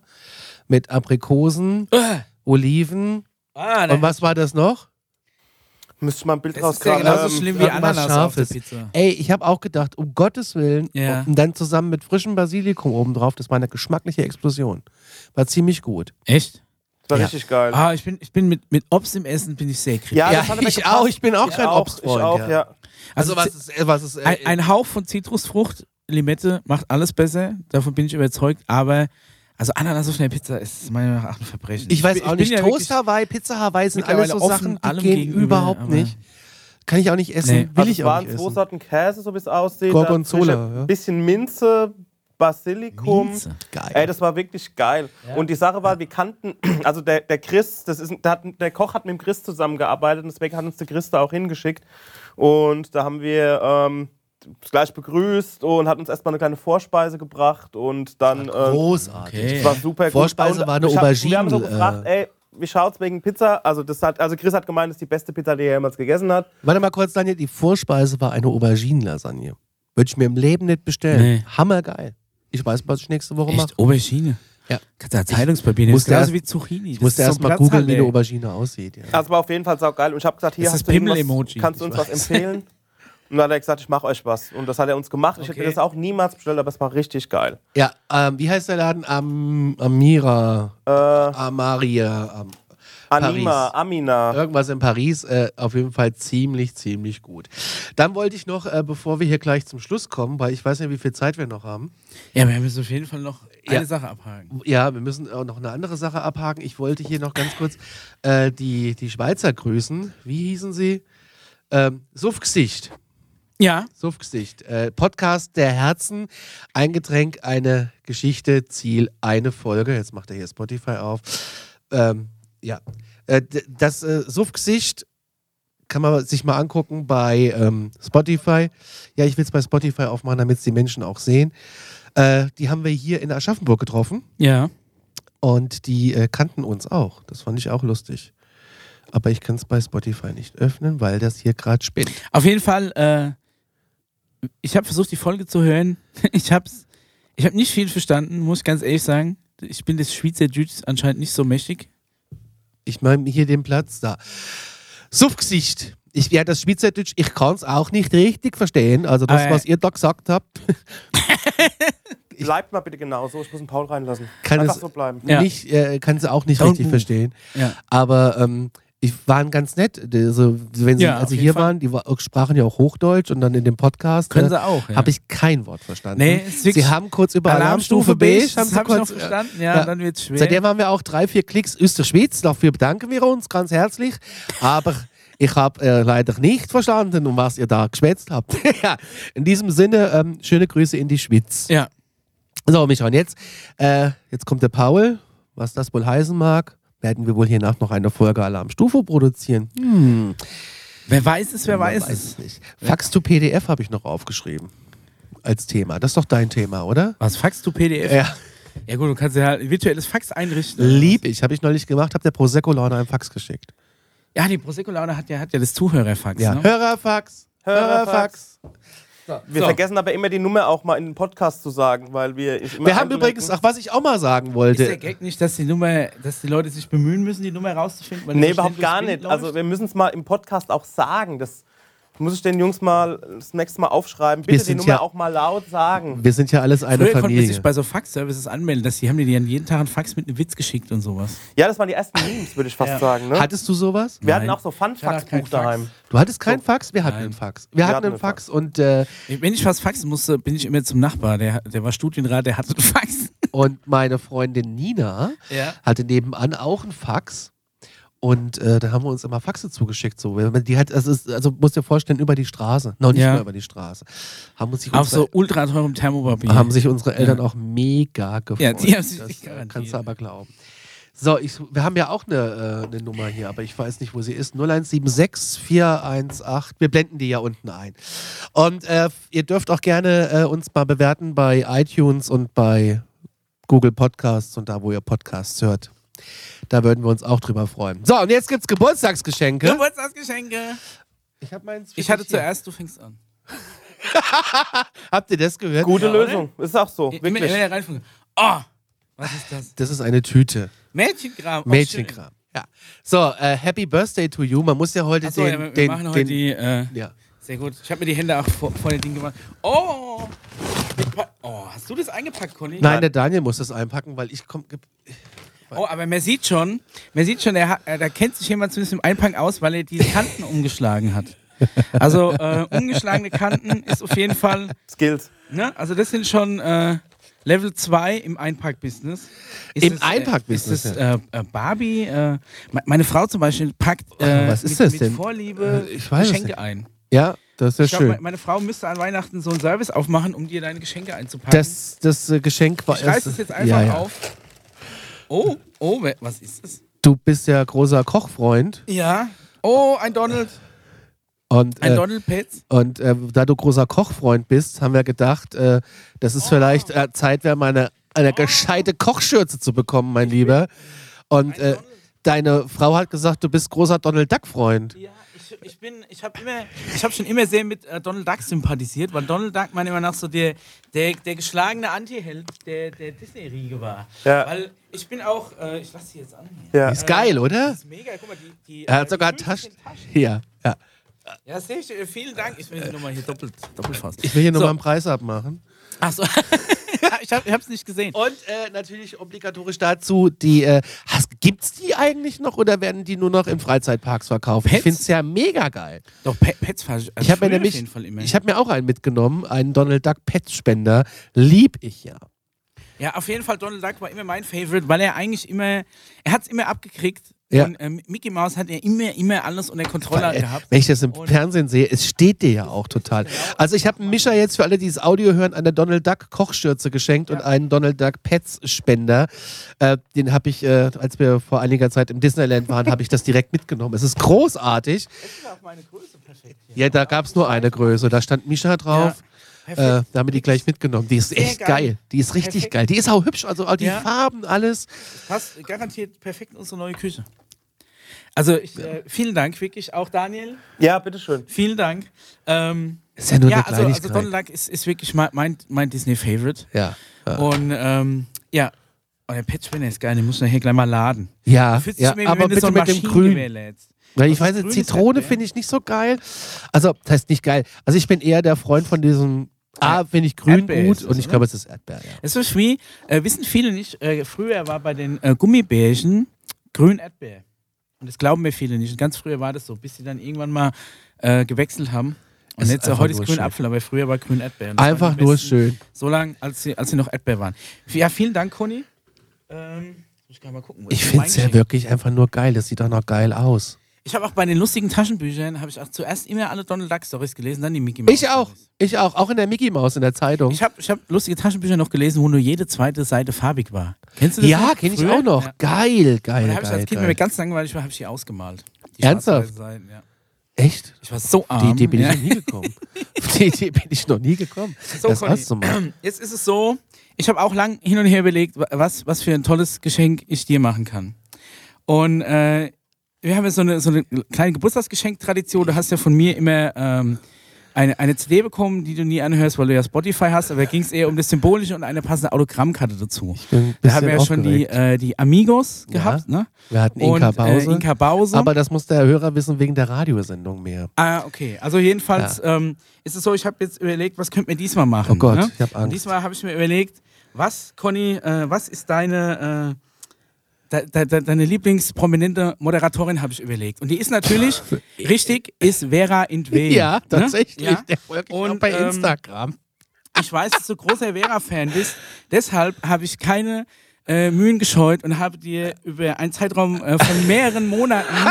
A: mit Aprikosen,
B: Äh,
A: Oliven.
B: ah,
A: Und was war das noch?
C: Müsste ich mal ein Bild
B: das ist ja
C: rauskramen.
B: genauso
C: Ähm,
B: schlimm wie
A: irgendwas
B: Ananas auf der
A: Scharfes.
B: Pizza.
A: Ey, ich habe auch gedacht, um Gottes Willen.
B: Ja.
A: Und dann zusammen mit frischem Basilikum obendrauf. Das war eine geschmackliche Explosion. War ziemlich gut.
B: Echt?
C: Das war
A: Ja.
C: richtig geil.
B: Ah, ich bin, ich bin mit, mit Obst im Essen bin ich sehr kritisch.
C: Ja, das hat aber
A: ich
C: gepasst.
A: auch. Ich bin auch
C: Ich
A: kein
C: auch, ich
A: Obstfreund.
C: auch, ja.
A: Also, was ist, äh, was ist äh,
B: ein, ein Hauch von Zitrusfrucht, Limette macht alles besser, davon bin ich überzeugt, aber also Ananas auf einer Pizza ist meiner Meinung nach ein Verbrechen.
A: Ich weiß
B: bin-
A: auch
B: bin
A: nicht.
B: ja wirklich-
A: Toast Hawaii, Pizza Hawaii sind alles so
B: mittlerweile offen
A: Sachen, die
B: allem
A: gehen
B: gegenüber,
A: überhaupt
B: aber-
A: nicht. Kann ich auch nicht essen.
B: Nee.
A: Will
C: Also
A: ich
C: es
A: auch
C: waren
A: nicht
C: zwei
A: essen.
C: Sorten Käse, so wie es aussieht.
A: Gorgonzola,
C: Ein
A: ja.
C: bisschen Minze, Basilikum.
B: Minze.
A: Geil.
C: Ey, das war wirklich geil. Und die Sache war, wir kannten, also der, der Chris, das ist, ein- der, hat, der Koch hat mit dem Chris zusammengearbeitet und deswegen hat uns der Chris da auch hingeschickt. Und da haben wir ähm, gleich begrüßt und hat uns erstmal eine kleine Vorspeise gebracht und dann. äh,
A: Großartig.
B: Okay.
C: war super
A: Vorspeise
C: gut. Also
A: war eine
C: ich hab- Wir haben so
A: Aubergine, äh.
C: gefragt, ey, wie schaut's wegen Pizza? Also, das hat, also Chris hat gemeint, das ist die beste Pizza, die er jemals gegessen hat.
A: Warte mal kurz, Daniel. Die Vorspeise war eine Auberginen-Lasagne. Würde ich mir im Leben nicht bestellen.
B: Nee.
A: Hammergeil. Ich weiß, was ich nächste Woche mache.
B: Echt Aubergine.
A: Ja.
B: Kannst du da Zeitungspapier nehmen.
A: musste
B: Das
A: erst-
B: ist genauso wie Zucchini.
A: Ich musste erst mal googeln, wie eine Aubergine aussieht. Ja.
C: Das war auf jeden Fall saugeil. Und ich habe gesagt, hier
B: Das
C: hast
B: ist
C: du irgendwas,
B: Pimmel-Emoji.
C: kannst du uns was empfehlen? Und dann hat er gesagt, ich mache euch was. Und das hat er uns gemacht. Ich hätte mir
B: Okay.
C: das auch niemals bestellt, aber es war richtig geil.
A: Ja, ähm, wie heißt der Laden? Am, Amira,
C: Äh,
A: Amaria, ähm, am,
C: Anima, Amina.
A: irgendwas in Paris. Äh, auf jeden Fall ziemlich, ziemlich gut. Dann wollte ich noch, äh, bevor wir hier gleich zum Schluss kommen, weil ich weiß nicht, wie viel Zeit wir noch haben.
B: Ja, wir müssen auf jeden Fall noch eine
A: Ja.
B: Sache abhaken.
A: Ja, wir müssen auch noch eine andere Sache abhaken. Ich wollte hier noch ganz kurz äh, die, die Schweizer grüßen. Wie hießen sie? Ähm, Suffgesicht.
B: Ja.
A: Suffgesicht. Äh, Podcast der Herzen. Ein Getränk, eine Geschichte, Ziel, eine Folge. Jetzt macht er hier Spotify auf. Ähm, ja. Äh, d- das äh, Suffgesicht kann man sich mal angucken bei ähm, Spotify. Ja, ich will es bei Spotify aufmachen, damit es die Menschen auch sehen. Äh, die haben wir hier in Aschaffenburg getroffen.
B: Ja.
A: Und die äh, kannten uns auch. Das fand ich auch lustig. Aber ich kann es bei Spotify nicht öffnen, weil das hier gerade spinnt.
B: Auf jeden Fall, äh, ich habe versucht, die Folge zu hören. Ich hab's, ich habe nicht viel verstanden, muss ich ganz ehrlich sagen. Ich bin des Schweizerdeutsch anscheinend nicht so mächtig.
A: Ich meine hier den Platz da. Suffgesicht. Ich, ja, das Schweizerdeutsch, ich kann es auch nicht richtig verstehen. Also das,
B: Äh.
A: was ihr da gesagt habt,
C: Bleibt mal bitte genauso. Ich muss einen Paul reinlassen.
A: Kann
C: Einfach
A: es-
C: so bleiben.
B: Ja.
A: nicht, äh, kann sie auch nicht
B: Don't
A: richtig
B: move.
A: verstehen.
B: Ja.
A: Aber ähm, ich waren ganz nett. Also, wenn sie,
B: Ja,
A: als
B: auf
A: sie
B: jeden
A: hier
B: Fall.
A: waren, die wa- sprachen ja auch Hochdeutsch und dann in dem Podcast
B: Können sie auch. Ja.
A: habe ich kein Wort verstanden.
B: Nee, ist wirklich-
A: sie haben kurz über
B: Alarmstufe beige,
A: haben
B: das
A: sie
B: habe ich noch
A: kurz, äh,
B: verstanden. Ja,
A: ja.
B: dann wird's schwer.
A: Seitdem haben wir auch drei, vier Klicks aus der Schweiz. Dafür bedanken wir uns ganz herzlich. Aber ich habe äh, leider nicht verstanden, um was ihr da geschwätzt habt. ja. In diesem Sinne, ähm, schöne Grüße in die Schweiz.
B: ja.
A: So, Michael, jetzt, äh, jetzt kommt der Paul. Was das wohl heißen mag, werden wir wohl hier nach noch eine Folge Alarmstufe produzieren. Hm,
B: Wer weiß es, wer
A: man
B: weiß es.
A: nicht. Fax to PDF habe ich noch aufgeschrieben. Als Thema. Das ist doch dein Thema, oder?
B: Was, Fax du PDF? Ja.
A: Ja,
B: gut, du kannst ja halt ein virtuelles Fax einrichten.
A: lieb ich. Habe ich neulich gemacht, habe der Prosecco-Laune einen Fax geschickt.
B: Ja, die Prosecco-Laune hat ja, hat ja das Zuhörerfax.
A: Ja.
B: Ne?
A: Hörerfax
C: Hörerfax. Wir
A: So.
C: vergessen aber immer die Nummer auch mal in den Podcast zu sagen, weil wir. ich immer
A: Wir haben
C: andere
A: übrigens,
C: denken.
A: ach, was ich auch mal sagen
B: Ist der
A: wollte.
B: Gag nicht, dass die Nummer, dass die Leute sich bemühen müssen, die Nummer rauszufinden? Weil die
C: Nee,
B: so
C: überhaupt
B: schnell
C: gar
B: durchs Bild
C: nicht. Also,
B: läuft?
C: wir müssen es mal im Podcast auch sagen. Das muss ich den Jungs mal das nächste Mal aufschreiben. Bitte die
A: sind
C: Nummer
A: ja-
C: auch mal laut sagen.
A: Wir sind ja alles eine
B: Früher konnte man
A: Familie.
B: sich bei so Fax-Services anmelden, dass die haben dir dann jeden Tag einen Fax mit einem Witz geschickt und sowas.
C: Ja, das waren die ersten Memes, würde ich fast
B: Ja.
C: sagen. Ne?
A: Hattest du sowas?
C: wir hatten
B: Nein.
C: auch so fun
B: Ich hatte
C: fax
B: kein
C: buch
B: Fax.
C: daheim.
A: Du hattest keinen Fax? Wir hatten
B: Nein.
A: einen Fax. Wir, hatten einen Fax, und, äh,
B: Wenn ich was faxen musste, bin ich immer zum Nachbar. Der, der war Studienrat, der hatte einen Fax.
A: und meine Freundin Nina
B: Ja.
A: hatte nebenan auch einen Fax. Und äh, da haben wir uns immer Faxe zugeschickt. So. Wenn man Die hat, also, ist, also musst dir vorstellen, über die Straße. Noch nicht
B: Ja.
A: mehr über die Straße. Haben uns sich
B: Auf
A: unsere,
B: so ultra teurem Thermopapier.
A: haben sich unsere Eltern
B: Ja.
A: auch mega gefreut.
B: Ja, die haben sich
A: das äh,
B: garantiert.
A: kannst du aber glauben. So, ich, wir haben ja auch eine, äh, eine Nummer hier, aber ich weiß nicht, wo sie ist. 0176 418. Wir blenden die ja unten ein. Und äh, ihr dürft auch gerne äh, uns mal bewerten bei iTunes und bei Google Podcasts und da, wo ihr Podcasts hört. Da würden wir uns auch drüber freuen. So, und jetzt gibt's Geburtstagsgeschenke.
B: Geburtstagsgeschenke.
A: ich habe meins. für
B: Ich hatte
A: dich hier.
B: zuerst, du fängst an.
A: Oh, Habt ihr das gehört?
C: Gute
B: Ja, oder?
C: Lösung. Ist auch so.
B: Immer, immer
C: Wirklich.
B: der Reihenfolge. Oh, was ist das?
A: Das ist eine Tüte.
B: Mädchenkram. Oh, schön.
A: Mädchenkram. Ja. So, äh, Happy Birthday to you. Man muss ja heute
B: Achso,
A: den.
B: ja, wir wir
A: den,
B: machen heute
A: den
B: die. Äh,
A: ja.
B: Sehr gut. Ich habe mir die Hände auch vor, vor den Ding gemacht. Oh! Mit Pa- Oh, hast du das eingepackt, Conny?
A: Nein, der Daniel muss das einpacken, weil ich komme.
B: Oh, aber man sieht schon, man sieht schon, er, hat- äh, da kennt sich jemand zumindest im Einpacken aus, weil er die Kanten umgeschlagen hat. Also äh, umgeschlagene Kanten ist auf jeden Fall,
C: Skills.
B: ne? Also das sind schon äh, Level 2 im Einpack-Business. Ist
A: Im
B: das,
A: Einpack-Business,
B: Ist das äh, äh, Barbie? Äh, me- meine Frau zum Beispiel packt äh,
A: Was ist
B: mit,
A: das
B: mit
A: denn?
B: Vorliebe
A: Äh, ich weiß es
B: Geschenke
A: nicht.
B: ein.
A: Ja, das ist ja
B: Ich glaube,
A: schön.
B: me- meine Frau müsste an Weihnachten so einen Service aufmachen, um dir deine Geschenke einzupacken.
A: Das, das äh, Geschenk war
B: Ich reiß
A: erst-
B: es jetzt einfach
A: ja, ja.
B: auf. Oh, oh, we- was ist das?
A: Du bist ja großer Kochfreund
B: Ja. Oh, ein Donald.
A: und,
B: Ein
A: äh,
B: Donald Pitts.
A: und äh, da du großer Kochfreund bist, haben wir gedacht, äh, das
B: Oh.
A: ist vielleicht äh, Zeit wäre, meine eine gescheite Kochschürze zu bekommen, mein Lieber. Und äh, deine Frau hat gesagt, du bist großer Donald Duck Freund.
B: Ja, ich, ich bin, ich habe immer, ich habe schon immer sehr mit äh, Donald Duck sympathisiert, weil Donald Duck meiner Meinung nach so der, der, der geschlagene Antiheld der, der Disney-Riege war.
C: Ja.
B: Weil ich bin auch, äh, ich lasse sie jetzt an. hier.
C: Ja.
A: Ist geil, oder?
B: Das ist mega, guck mal, die, die
A: Er hat
B: äh,
A: sogar
B: die
A: Taschen.
B: Taschen. Taschen.
A: Ja, ja.
B: Ja, sehe ich. äh, Vielen Dank. Ich will die Nummer hier doppelt, doppelt fassen.
A: Ich will hier
B: So.
A: nochmal einen Preis abmachen.
B: Achso. ich habe es nicht gesehen.
A: Und äh, natürlich obligatorisch dazu, die, äh, has- gibt's die eigentlich noch oder werden die nur noch in Freizeitparks verkauft? Ich
B: Pets?
A: find's ja mega geil.
B: Doch, Pe- Pets fahr ich.
A: Ich habe mir
B: früher
A: nämlich,
B: Auf jeden Fall immer.
A: ich habe mir auch einen mitgenommen, einen Donald Duck Pet Spender. Lieb ich ja.
B: Ja, auf jeden Fall, Donald Duck war immer mein Favorite, weil er eigentlich immer, er hat es immer abgekriegt.
A: Ja.
B: Und, ähm, Mickey Mouse hat er immer, immer alles unter Kontrolle
A: Weil, äh,
B: gehabt.
A: wenn ich das im
B: Und-
A: Fernsehen sehe, es steht dir ja auch total. Also ich habe einen Mischer jetzt für alle, die das Audio hören, eine Donald Duck Kochschürze geschenkt und einen Donald Duck Pets Spender. Äh, den habe ich, äh, als wir vor einiger Zeit im Disneyland waren, habe ich das direkt mitgenommen. Es ist großartig. Ja, da gab es nur eine Größe. Da stand Misha drauf.
B: Perfekt.
A: Äh, da haben wir die gleich mitgenommen. Die ist
B: Sehr
A: echt
B: geil.
A: geil. Die ist richtig
B: Perfekt.
A: geil. Die ist auch hübsch. Also auch die
B: Ja.
A: Farben, alles.
B: Passt garantiert perfekt in unsere neue Küche. Also, ich, äh, vielen Dank, wirklich. Auch Daniel,
C: Ja, bitteschön.
B: vielen Dank. Ähm,
A: Ist ja nur
B: ja,
A: eine
B: also,
A: Kleinigkeit.
B: also Donald Duck ist, ist wirklich mein, mein, mein Disney-Favorite.
A: ja. Ja.
B: Und ähm, ja, und der Patchwinner ist geil, den muss man hier gleich mal laden.
A: Ja,
B: Fühlt sich
A: ja.
B: mir,
A: aber
B: wenn du
A: bitte
B: so ein
A: mit dem
B: Maschinengewehr
A: Grün.
B: lädst.
A: Weil ich
B: Was
A: weiß, nicht,
B: Grünes
A: Zitrone
B: hätten wir.
A: finde ich nicht so geil. Also, das heißt nicht geil. Also, ich bin eher der Freund von diesem. A, finde ich grün
B: Erdbeer
A: gut
B: ist ne? es,
A: und ich
B: oder?
A: glaube, es ist Erdbeer. Ja.
B: Es ist wie, äh, wissen viele nicht, äh, früher war bei den äh, Gummibärchen grün Erdbeer. Und das glauben mir viele nicht. Und ganz früher war das so, bis sie dann irgendwann mal äh, gewechselt haben. Und
A: Es ist
B: jetzt, äh,
A: einfach
B: heute ist
A: nur
B: grün
A: schön.
B: Apfel, aber früher war grün Erdbeer. Und das
A: Einfach
B: waren die
A: nur
B: besten,
A: schön.
B: So lange, als sie, als sie noch Erdbeer waren. Ja, vielen Dank, Conny. Ähm, muss ich kann mal gucken. wo
A: Ich
B: ist
A: finde
B: mein
A: es
B: Geschenk?
A: ja wirklich einfach nur geil. Das sieht doch noch geil aus.
B: Ich habe auch bei den lustigen Taschenbüchern, habe ich auch zuerst immer alle Donald Duck Stories gelesen, dann die Mickey Mouse.
A: Ich auch.
B: Stories.
A: Ich auch. Auch in der Mickey Maus in der Zeitung.
B: Ich habe ich hab lustige Taschenbücher noch gelesen, wo nur jede zweite Seite farbig war. Kennst du das?
A: ja,
B: noch?
A: kenne ich
B: Früher?
A: auch noch.
B: Ja.
A: Geil, geil,
B: Und da
A: geil.
B: habe ich als Kind, wenn mir
A: geil.
B: ganz langweilig war, habe ich die ausgemalt. Die
A: Ernsthaft?
B: schwarz-weißen Seiten, ja.
A: Echt?
B: Ich war so
A: Die
B: arm.
A: Idee bin ich
B: ja.
A: noch nie gekommen. Auf die Idee bin ich noch nie gekommen.
B: So,
A: das
B: Conny.
A: erste Mal.
B: Jetzt ist es so, ich habe auch lang hin und her überlegt, wa- was, was für ein tolles Geschenk ich dir machen kann. Und äh, wir haben ja so eine, so eine kleine Geburtstagsgeschenktradition. Du hast ja von mir immer ähm, eine, eine CD bekommen, die du nie anhörst, weil du ja Spotify hast, aber da ging es eher um das Symbolische und eine passende Autogrammkarte dazu.
A: Ein
B: Da haben wir
A: bisschen
B: ja schon die,
A: aufgeregt.
B: äh, die Amigos
A: Ja.
B: gehabt, ne?
A: Wir hatten
B: Und
A: Inka Bause.
B: Äh, Inka Bause.
A: Aber das muss der Hörer wissen wegen der Radiosendung mehr.
B: Ah, okay. Also jedenfalls ähm, ist es so, ich habe jetzt überlegt, was könnten wir diesmal machen.
A: Oh Gott,
B: ne?
A: ich hab Angst.
B: Und diesmal habe ich mir überlegt, was, Conny, äh, was ist deine, äh, de, de, de, deine Lieblingsprominente Moderatorin, habe ich überlegt. Und die ist natürlich, richtig, ist Vera Intwe. Ne? Ja?
A: folgt
B: auch Und, bei ähm,
A: Instagram.
B: Ich weiß, dass du großer Vera-Fan bist. Deshalb habe ich keine äh, Mühen gescheut und habe dir über einen Zeitraum äh, von mehreren Monaten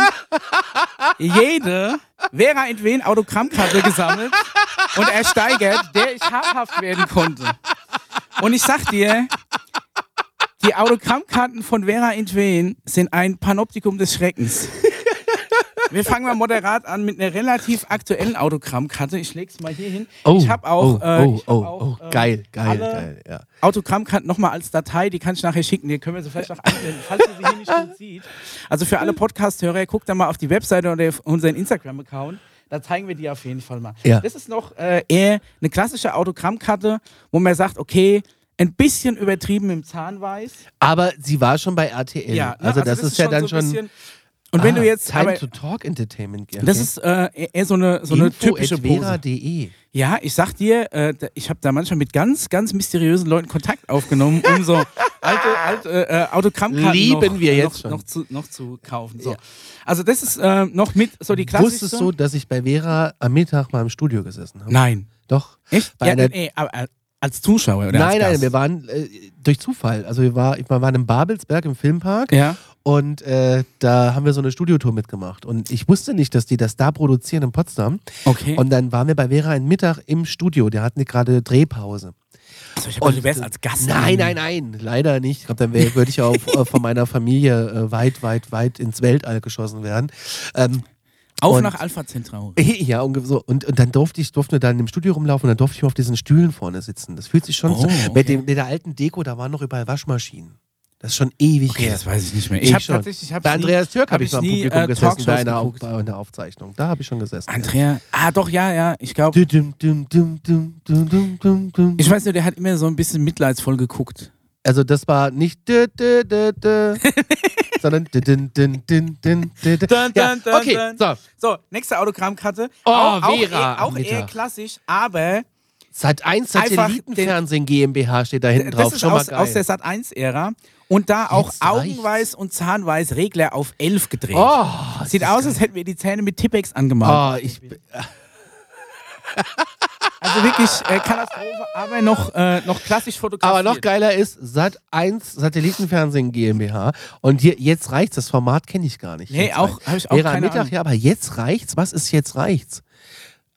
B: jede Vera Entwen Autogrammkarte gesammelt und ersteigert, der ich habhaft werden konnte. Und ich sag dir, die Autogrammkarten von Vera Entwen sind ein Panoptikum des Schreckens. Wir fangen mal moderat an mit einer relativ aktuellen Autogrammkarte. Ich leg's mal hier hin. ich habe auch,
A: Oh,
B: äh,
A: oh,
B: ich hab
A: oh,
B: auch
A: oh,
B: äh,
A: geil, geil,
B: alle-
A: geil. Ja.
B: Autogrammkarten nochmal als Datei, die kann ich nachher schicken. Die können wir so vielleicht noch anwenden, falls ihr sie hier nicht gut sieht. Also für alle Podcast-Hörer, guckt da mal auf die Webseite oder auf unseren Instagram-Account. Da zeigen wir die auf jeden Fall mal.
A: Ja.
B: Das ist noch äh, eher eine klassische Autogrammkarte, wo man sagt, okay, ein bisschen übertrieben im Zahnweiß.
A: Aber sie war schon bei RTL.
B: Ja, ne?
A: also, das, ist, ja dann
B: so
A: schon.
B: ein bisschen- Und wenn
A: Ah,
B: du jetzt,
A: Time
B: aber,
A: to Talk Entertainment. ja,
B: das
A: okay.
B: ist äh, eher so eine, so eine
A: Info
B: typische
A: at
B: Pose.
A: vera.de.
B: Ja, ich sag dir, äh, da- ich habe da manchmal mit ganz, ganz mysteriösen Leuten Kontakt aufgenommen, um so alte, alte äh, äh, Autogrammkarten
A: Lieben
B: noch, äh,
A: wir
B: noch,
A: jetzt schon.
B: Noch, zu, noch zu kaufen. So. Also das ist äh, noch mit so die klassischste.
A: Wusstest du, dass ich bei Vera am Mittag mal im Studio gesessen habe?
B: Nein.
A: Doch.
B: Echt?
A: Bei
B: ja,
A: einer-
B: nee, aber äh, als Zuschauer oder
A: nein,
B: als
A: nein,
B: Gast?
A: wir waren äh, durch Zufall. Also wir, war, wir waren in Babelsberg im Filmpark
B: Ja.
A: und äh, da haben wir so eine Studiotour mitgemacht. Und ich wusste nicht, dass die das da produzieren in Potsdam.
B: Okay.
A: Und dann waren wir bei Vera einen Mittag im Studio. Der hatten gerade Drehpause.
B: also ich hab
A: und-
B: gedacht, du wärst als Gast.
A: Nein, nein, nein, leider nicht. Ich glaube, dann wär- würde ich ja auch äh, von meiner Familie äh, weit, weit, weit ins Weltall geschossen werden. Ähm,
B: Auf
A: Und-
B: nach Alpha Centauri.
A: ja, ungefähr so. Und, und dann durfte ich, durften wir dann im Studio rumlaufen und dann durfte ich mal auf diesen Stühlen vorne sitzen. Das fühlt sich schon
B: Oh,
A: so.
B: okay.
A: Mit, dem, mit der alten Deko, da waren noch überall Waschmaschinen. Das ist schon ewig
B: Okay,
A: her.
B: das weiß ich nicht mehr.
A: Ich
B: Ich habe
A: schon.
B: tatsächlich, ich habe
A: Bei Andreas Türk habe ich mal im
B: nie,
A: Publikum
B: äh,
A: gesessen bei
B: Talkshows
A: einer, Auf,
B: geguckt.
A: bei einer Aufzeichnung. Da habe ich schon gesessen.
B: Andrea, ah doch, ja, ja, ich glaube,
A: Du, dum, dum, dum, dum, dum, dum, dum, dum.
B: ich weiß nur, der hat immer so ein bisschen mitleidsvoll geguckt.
A: Also das war nicht dü, dü, dü, dü, sondern dü, dü, dü, dü, dü, dü, dü.
B: Dun,
A: Ja,
B: dun, dun,
A: Okay,
B: dun.
A: so.
B: So, nächste Autogrammkarte.
A: Oh,
B: auch, auch
A: Vera Hm,
B: Eher, auch
A: am
B: eher
A: Mittag.
B: klassisch, aber
A: Sat 1
B: Einfach
A: Satellitenfernsehen GmbH steht da hinten
B: das
A: drauf.
B: ist
A: Schon mal
B: aus, aus der
A: geil.
B: Sat 1-Ära. Und da auch
A: Jetzt
B: augenweiß und zahnweiß Regler auf 11 gedreht.
A: Oh,
B: Sieht aus, als hätten wir die Zähne mit Tippex angemalt.
A: oh, ich,
B: Also wirklich äh, Katastrophe, aber noch, äh, noch klassisch fotografiert.
A: aber noch geiler ist Sat 1 Satellitenfernsehen GmbH. Und hier, jetzt reicht's. Das Format kenne ich gar nicht.
B: Nee,
A: Jetzt
B: auch-
A: reicht's.
B: hab ich auch
A: Wäre am
B: keine
A: Mittag,
B: Ahnung.
A: ja, aber jetzt reicht's. Was ist jetzt reicht's?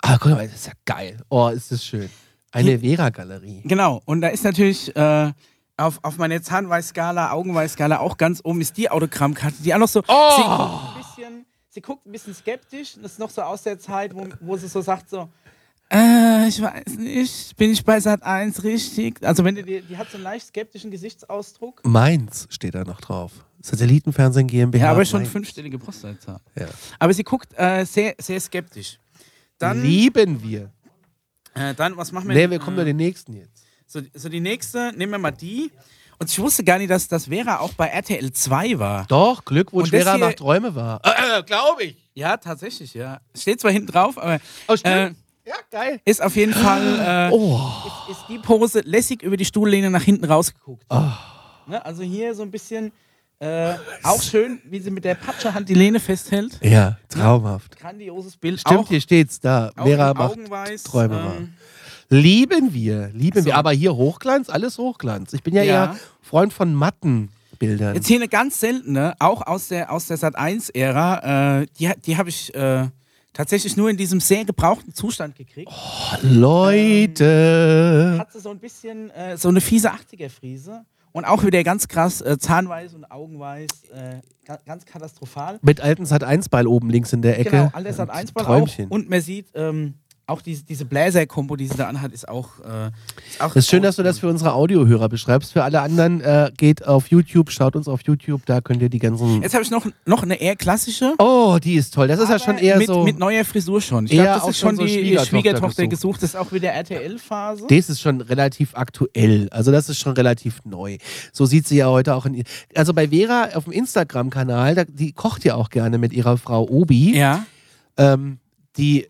A: Ah, guck mal, das ist ja geil. Oh, ist das schön. Eine Vera-Galerie.
B: Genau, und da ist natürlich äh, auf, auf meiner Zahnweiß-Skala, Augenweiß-Skala auch ganz oben ist die Autogrammkarte, die auch noch so.
A: Oh!
B: Sie, guckt ein bisschen, sie guckt ein bisschen skeptisch, das ist noch so aus der Zeit, wo, wo sie so sagt, so. Äh, ich weiß nicht, bin ich bei Sat 1 richtig? Also, wenn du die, die hat so einen leicht skeptischen Gesichtsausdruck.
A: Mainz steht da noch drauf. Satellitenfernsehen GmbH.
B: Ja, aber schon
A: Mainz.
B: fünfstellige Postleitzahl.
A: Ja.
B: Aber sie guckt äh, sehr, sehr skeptisch. Dann,
A: Lieben wir.
B: äh, dann, was machen wir?
A: Nee, wir kommen nur den nächsten jetzt.
B: So, so die nächste, nehmen wir mal die. Und ich wusste gar nicht, dass das Vera auch bei RTL 2 war.
A: Doch, Glückwunsch,
B: Und das
A: Vera
B: hier-
A: macht Träume war. Äh, äh, Glaube ich.
B: Ja, tatsächlich, ja. Steht zwar hinten drauf, aber
A: Oh, stimmt.
B: äh,
A: ja, geil.
B: ist auf jeden Fall, äh,
A: Oh,
B: ist, ist die Pose lässig über die Stuhllehne nach hinten rausgeguckt.
A: Ah.
B: Ne, also hier so ein bisschen, äh, auch schön, wie sie mit der Patscherhand die Lehne festhält.
A: ja, traumhaft.
B: Grandioses Bild.
A: Stimmt,
B: äh, ne? auch,
A: hier steht's da.
B: auch
A: Vera
B: im
A: macht
B: Augenweiß,
A: Träume
B: ähm,
A: wahr. Lieben wir, lieben
B: so.
A: wir. Aber hier Hochglanz, alles Hochglanz. Ich bin ja,
B: Ja.
A: eher Freund von matten Bildern.
B: Jetzt hier eine ganz seltene, auch aus der, aus der Sat1-Ära, äh, die, ha- die habe ich äh, tatsächlich nur in diesem sehr gebrauchten Zustand gekriegt.
A: Leute.
B: hat sie so ein bisschen äh, so eine fiese 80er-Friese und auch wieder ganz krass äh, zahnweiß und augenweiß, äh, ga- ganz katastrophal.
A: Mit alten Sat 1 Ball oben links in der Ecke.
B: Genau, alles hat eins Ball auch
A: Träumchen.
B: und man sieht ähm, auch diese, diese Bläser-Kombo, die sie da anhat, ist auch. Äh, ist auch
A: Es ist schön, dass du
B: auch-
A: das für unsere Audiohörer beschreibst. Für alle anderen äh, geht auf YouTube, schaut uns auf YouTube, da könnt ihr die ganzen.
B: Jetzt habe ich noch, noch eine eher klassische.
A: Oh, die ist toll. Das ist ja schon eher
B: mit,
A: so.
B: mit neuer Frisur schon. Ich
A: Eher
B: glaube, das
A: auch
B: ist schon
A: schon so
B: die Schwiegertochter,
A: Schwiegertochter
B: gesucht.
A: gesucht.
B: Das ist auch wieder RTL-Phase.
A: Das ist schon relativ aktuell. Also das ist schon relativ neu. So sieht sie ja heute auch in. Also bei Vera auf dem Instagram-Kanal, da- die kocht ja auch gerne mit ihrer Frau Obi.
B: Ja.
A: Ähm, die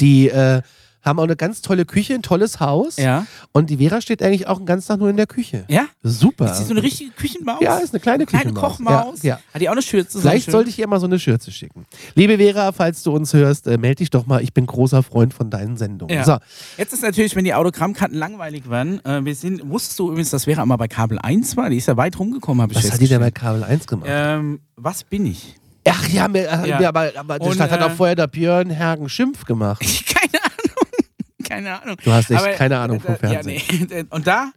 A: die äh, haben auch eine ganz tolle Küche, ein tolles Haus.
B: Ja.
A: Und die Vera steht eigentlich auch den ganzen Tag nur in der Küche.
B: Ja?
A: Super.
B: Ist die so eine richtige Küchenmaus?
A: ja, ist eine kleine,
B: kleine
A: Küchenmaus.
B: Kochmaus.
A: Ja, ja.
B: Hat die auch eine Schürze?
A: Vielleicht sollte ich ihr mal so eine Schürze schicken. Liebe Vera, falls du uns hörst, äh, melde dich doch mal. Ich bin großer Freund von deinen Sendungen.
B: Ja.
A: So,
B: Jetzt ist natürlich, wenn die Autogrammkarten langweilig werden, äh, wir sind, wusstest du übrigens, das wäre einmal bei Kabel 1 war, die ist ja weit rumgekommen, habe ich
A: was hat die denn bei
B: festgestellt.
A: Kabel 1 gemacht?
B: ähm, Was bin ich?
A: Ach ja, mir,
B: Ja.
A: ja. aber, aber
B: Und,
A: das hat
B: äh,
A: auch vorher der Björn Hergen Schimpf gemacht.
B: Keine Ahnung. Keine Ahnung.
A: Du hast echt keine Ahnung vom
B: da- Ja, nee. Und da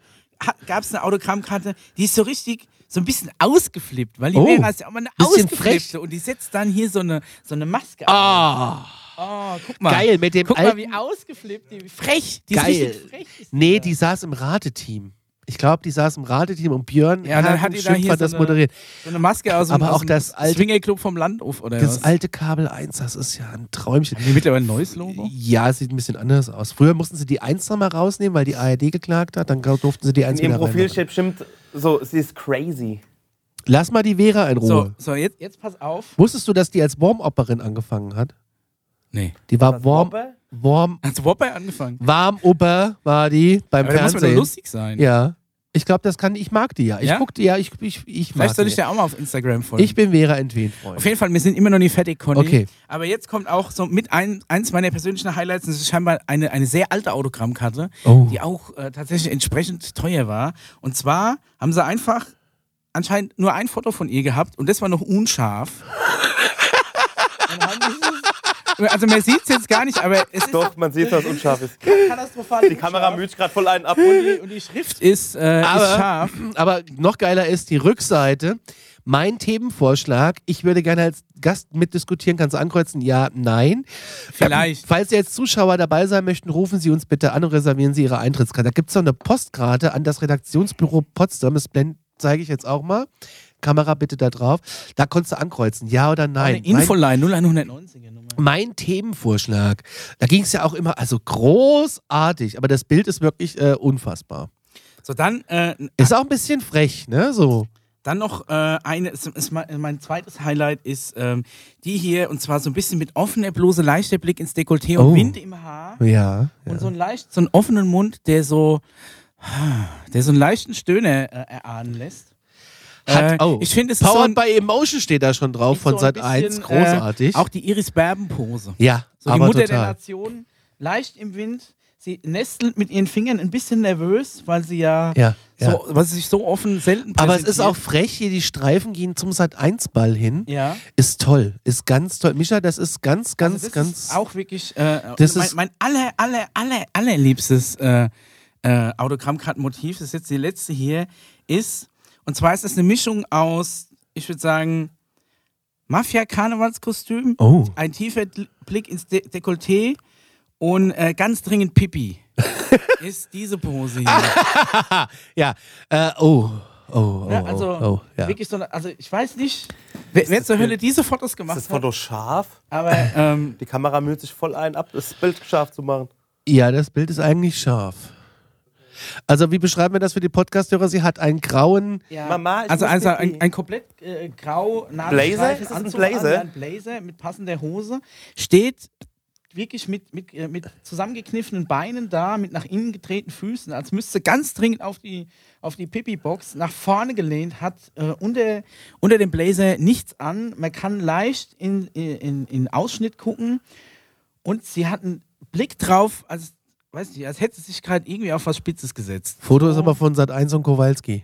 B: gab es eine Autogrammkarte, die ist so richtig so ein bisschen ausgeflippt, weil die
A: Oh,
B: Vera ist ja auch mal eine
A: bisschen
B: ausgeflippte
A: frech.
B: und die setzt dann hier so eine, so eine Maske auf.
A: Ah,
B: Oh, guck mal.
A: geil, mit dem
B: Guck mal,
A: alten.
B: wie ausgeflippt, die, wie frech. Die
A: Geil.
B: ist richtig frech. Ist die
A: nee,
B: da.
A: die saß im Rateteam. Ich glaube, die saß im Rateteam und Björn
B: Ja, dann
A: Hergen
B: hat die da
A: Schimpf
B: hier
A: hat
B: so
A: das
B: eine-
A: moderiert.
B: So eine Maske aus dem,
A: Aber
B: aus
A: auch
B: dem
A: das alte-
B: Swingerclub vom Landhof oder
A: Das
B: was?
A: alte Kabel 1, das ist ja ein Träumchen.
B: Haben die mittlerweile ein neues Logo?
A: Ja, es sieht ein bisschen anders aus. Früher mussten sie die 1 nochmal rausnehmen, weil die ARD geklagt hat. Dann durften sie die 1
C: In ihrem
A: wieder
C: Profil
A: rein.
C: steht bestimmt so, sie ist crazy.
A: Lass mal die Vera in
B: So,
A: Ruhe.
B: so jetzt, jetzt pass auf.
A: Wusstest du, dass die als Warm-Opperin angefangen hat?
B: Nee.
A: Die war
C: Was,
A: Warm,
C: Robbe?
A: Warm,
B: Hast du Whopper angefangen?
A: Warm-Upper war die beim
B: Aber da muss man doch
A: Fernsehen.
B: lustig sein.
A: Ja. Ich glaube, das kann, ich mag die ja. Ich
B: Ja?
A: guck die ja, ich, ich, ich mag
B: Vielleicht soll
A: die.
B: ich dir auch mal auf Instagram folgen.
A: ich bin Vera Entwen,
B: auf
A: Freund.
B: jeden Fall, wir sind immer noch nicht fertig, Conny.
A: Okay.
B: Aber jetzt kommt auch so mit ein, eins meiner persönlichen Highlights. Das ist scheinbar eine, eine sehr alte Autogrammkarte,
A: Oh.
B: die auch äh, tatsächlich entsprechend teuer war. Und zwar haben sie einfach anscheinend nur ein Foto von ihr gehabt und das war noch unscharf. Und haben dieses- also man sieht es jetzt gar nicht, aber es ist
C: Doch, man sieht, dass es unscharf ist.
B: katastrophal.
C: Die Kamera müht gerade voll einen ab. Und die,
B: Und die Schrift ist, äh, ist
A: Aber-
B: scharf.
A: Aber noch geiler ist die Rückseite. Mein Themenvorschlag, ich würde gerne als Gast mitdiskutieren, kannst du ankreuzen, ja, nein.
B: Vielleicht.
A: Falls ihr als Zuschauer dabei sein möchten, rufen Sie uns bitte an und reservieren Sie Ihre Eintrittskarte. Da gibt es so eine Postkarte an das Redaktionsbüro Potsdam. Das blend, zeige ich jetzt auch mal. Kamera bitte da drauf. Da konntest du ankreuzen, ja oder nein.
B: Eine Infoline 0190er Nummer.
A: mein Themenvorschlag. Da ging es ja auch immer, also großartig, aber das Bild ist wirklich äh, unfassbar.
B: So, dann, äh,
A: Ist auch ein bisschen frech, ne? So.
B: dann noch äh, eine, ist, ist mein, mein zweites Highlight ist ähm, die hier, und zwar so ein bisschen mit offener Bluse, leichter Blick ins Dekolleté und
A: Oh.
B: Wind im Haar.
A: Ja.
B: Und so einen leicht, so einen offenen Mund, der so, der so einen leichten Stöhner äh, erahnen lässt. Äh,
A: Hat, oh,
B: ich finde, es ist so
A: Powered
B: ein-
A: by Emotion steht da schon drauf von
B: so
A: Seit
B: ein
A: 1.
B: bisschen,
A: Großartig.
B: Äh, auch die Iris Berben-Pose.
A: ja,
B: So die
A: aber
B: Mutter der
A: total.
B: Nation, leicht im Wind. Sie nestelt mit ihren Fingern ein bisschen nervös, weil sie ja,
A: Ja, ja.
B: So, weil sie sich so offen selten
A: aber es ist auch
B: präsentiert.
A: frech, hier die Streifen gehen zum Sat 1 Ball hin.
B: Ja.
A: Ist toll, ist ganz toll. Micha, das ist ganz, ganz,
B: Also das
A: ganz.
B: ist auch wirklich äh,
A: Das
B: mein,
A: ist-
B: mein aller, aller, aller, allerliebstes äh, äh, Autogrammkartenmotiv, das ist jetzt die letzte hier, ist, und zwar ist es eine Mischung aus, ich würde sagen, Mafia-Karnevalskostüm,
A: oh.
B: ein tiefer Dl- Blick ins De Dekolleté und äh, ganz dringend Pipi. ist diese Pose hier.
A: Ah. Ja, äh, oh. Oh, oh,
B: Ne?
A: also,
B: Also
A: oh, oh, ja.
B: wirklich so, eine- also ich weiß nicht, wer, wer zur Hölle diese Fotos
C: ist
B: gemacht
C: das Foto scharf?
B: hat, aber ähm,
C: Die Kamera müht sich voll einen ab, das Bild scharf zu machen.
A: ja, das Bild ist eigentlich scharf. Also, wie beschreiben wir das für die Podcasthörer? Sie hat einen grauen.
B: ja.
C: Mama, ich
B: also
C: muss
B: also
C: mit
B: ein,
C: die-
B: ein komplett äh, grau
C: Blazer?
B: nadelstreifen
C: Ist das ein
B: Anzug an,
C: Blazer?
B: Ein Blazer mit passender Hose steht wirklich mit, mit, äh, mit zusammengekniffenen Beinen da, mit nach innen gedrehten Füßen, als müsste ganz dringend auf die, auf die Pipi-Box nach vorne gelehnt, hat äh, unter, unter dem Blazer nichts an. Man kann leicht in, in, in, in Ausschnitt gucken und sie hat einen Blick drauf, als, weiß nicht, als hätte sie sich gerade irgendwie auf was Spitzes gesetzt.
A: Foto ist aber von Sat 1 und Kowalski.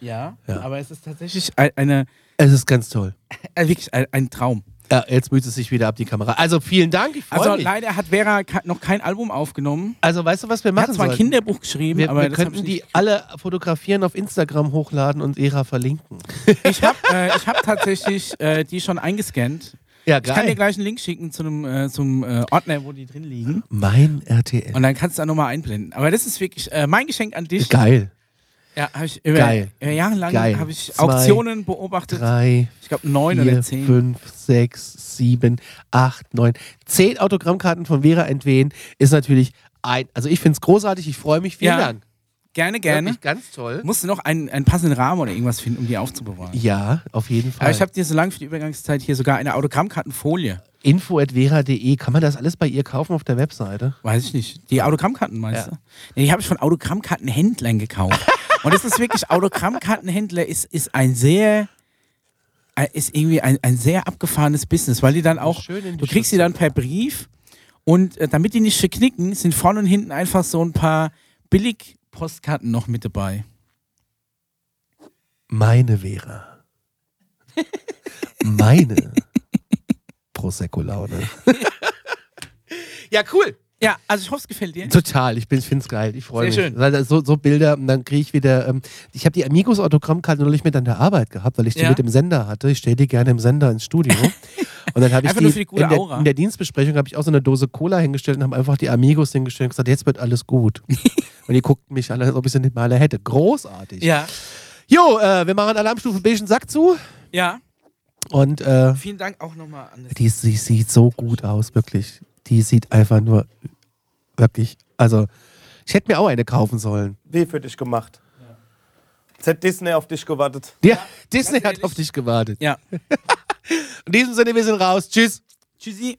B: Ja,
A: Ja.
B: aber es ist tatsächlich ein- eine
A: Es ist ganz toll.
B: Äh, wirklich ein, ein Traum.
A: Ja, jetzt müht es sich wieder ab, die Kamera. Also, vielen Dank. Ich freue
B: Also
A: mich.
B: leider hat Vera ka- noch kein Album aufgenommen.
A: Also, weißt du, was wir
B: Er hat
A: machen
B: zwar ein
A: sollen?
B: Kinderbuch geschrieben,
A: wir,
B: aber
A: wir
B: das hab
A: könnten
B: ich
A: die alle fotografieren, auf Instagram hochladen und Era verlinken.
B: nicht. Ich habe äh, ich hab tatsächlich äh, die schon eingescannt
A: Ja,
B: Ich kann dir
A: geil.
B: gleich einen Link schicken zu einem äh, zum äh, Ordner, wo die drin liegen.
A: Mein RTL.
B: Und dann kannst du da nochmal einblenden. Aber das ist wirklich äh, mein Geschenk an dich.
A: Geil.
B: Ja, habe ich über,
A: Geil.
B: über jahrelang
A: Geil.
B: habe ich
A: Zwei,
B: Auktionen beobachtet.
A: Drei,
B: ich glaube neun
A: vier,
B: oder zehn.
A: fünf, sechs, sieben, acht, neun. Zehn Autogrammkarten von Vera Entwehen ist natürlich ein. Also ich finde es großartig, ich freue mich. Vielen
B: Ja,
A: Dank.
B: Gerne, gerne.
A: Wirklich ganz toll.
B: Musst du noch einen, einen passenden Rahmen oder irgendwas finden, um die aufzubewahren.
A: Ja, auf jeden Fall.
B: Aber ich habe dir so lange für die Übergangszeit hier sogar eine Autogrammkartenfolie.
A: Info.vera.de. Kann man das alles bei ihr kaufen auf der Webseite?
B: Weiß ich nicht. Die Autogrammkarten meinst
A: Ja.
B: du? Nee, die habe ich von Autogrammkartenhändlern gekauft. Und das ist wirklich, Autogrammkartenhändler ist, ist ein sehr, äh, ist irgendwie ein, ein sehr abgefahrenes Business, weil die dann auch,
A: Schön in die
B: du kriegst
A: Schrift
B: die dann per Brief und äh, damit die nicht verknicken, sind vorne und hinten einfach so ein paar Billig-Postkarten noch mit dabei.
A: Meine Vera. Meine Prosecco-Laune. ja, cool.
B: Ja, also ich hoffe, es gefällt dir.
A: Total, ich bin- find's geil. Ich freue mich.
B: Sehr schön.
A: Weil So, so Bilder und dann kriege ich wieder. Ähm, ich habe die Amigos Autogrammkarte neulich mit an der Arbeit gehabt, weil ich die
B: Ja.
A: mit im Sender hatte. Ich stelle die gerne im Sender ins Studio. Und dann habe ich
B: Einfach nur
A: die,
B: für die gute
A: in, der,
B: Aura.
A: in der Dienstbesprechung habe ich auch so eine Dose Cola hingestellt und habe einfach die Amigos hingestellt und gesagt, jetzt wird alles gut. und die guckten mich an, als ob ich sie nicht mal alle hätte. Großartig.
B: Ja,
A: Jo, äh, wir machen Alarmstufe B den Sack zu
B: ja.
A: und äh,
B: Vielen Dank auch nochmal an das
A: die, sie sieht so gut aus, wirklich. Die sieht einfach nur wirklich, also ich hätte mir auch eine kaufen sollen.
C: Weh für dich gemacht. Jetzt hat Disney auf dich gewartet.
A: Ja, Disney
B: ganz
A: hat auf dich gewartet.
B: Ja.
A: In diesem Sinne, wir sind raus. Tschüss.
B: Tschüssi.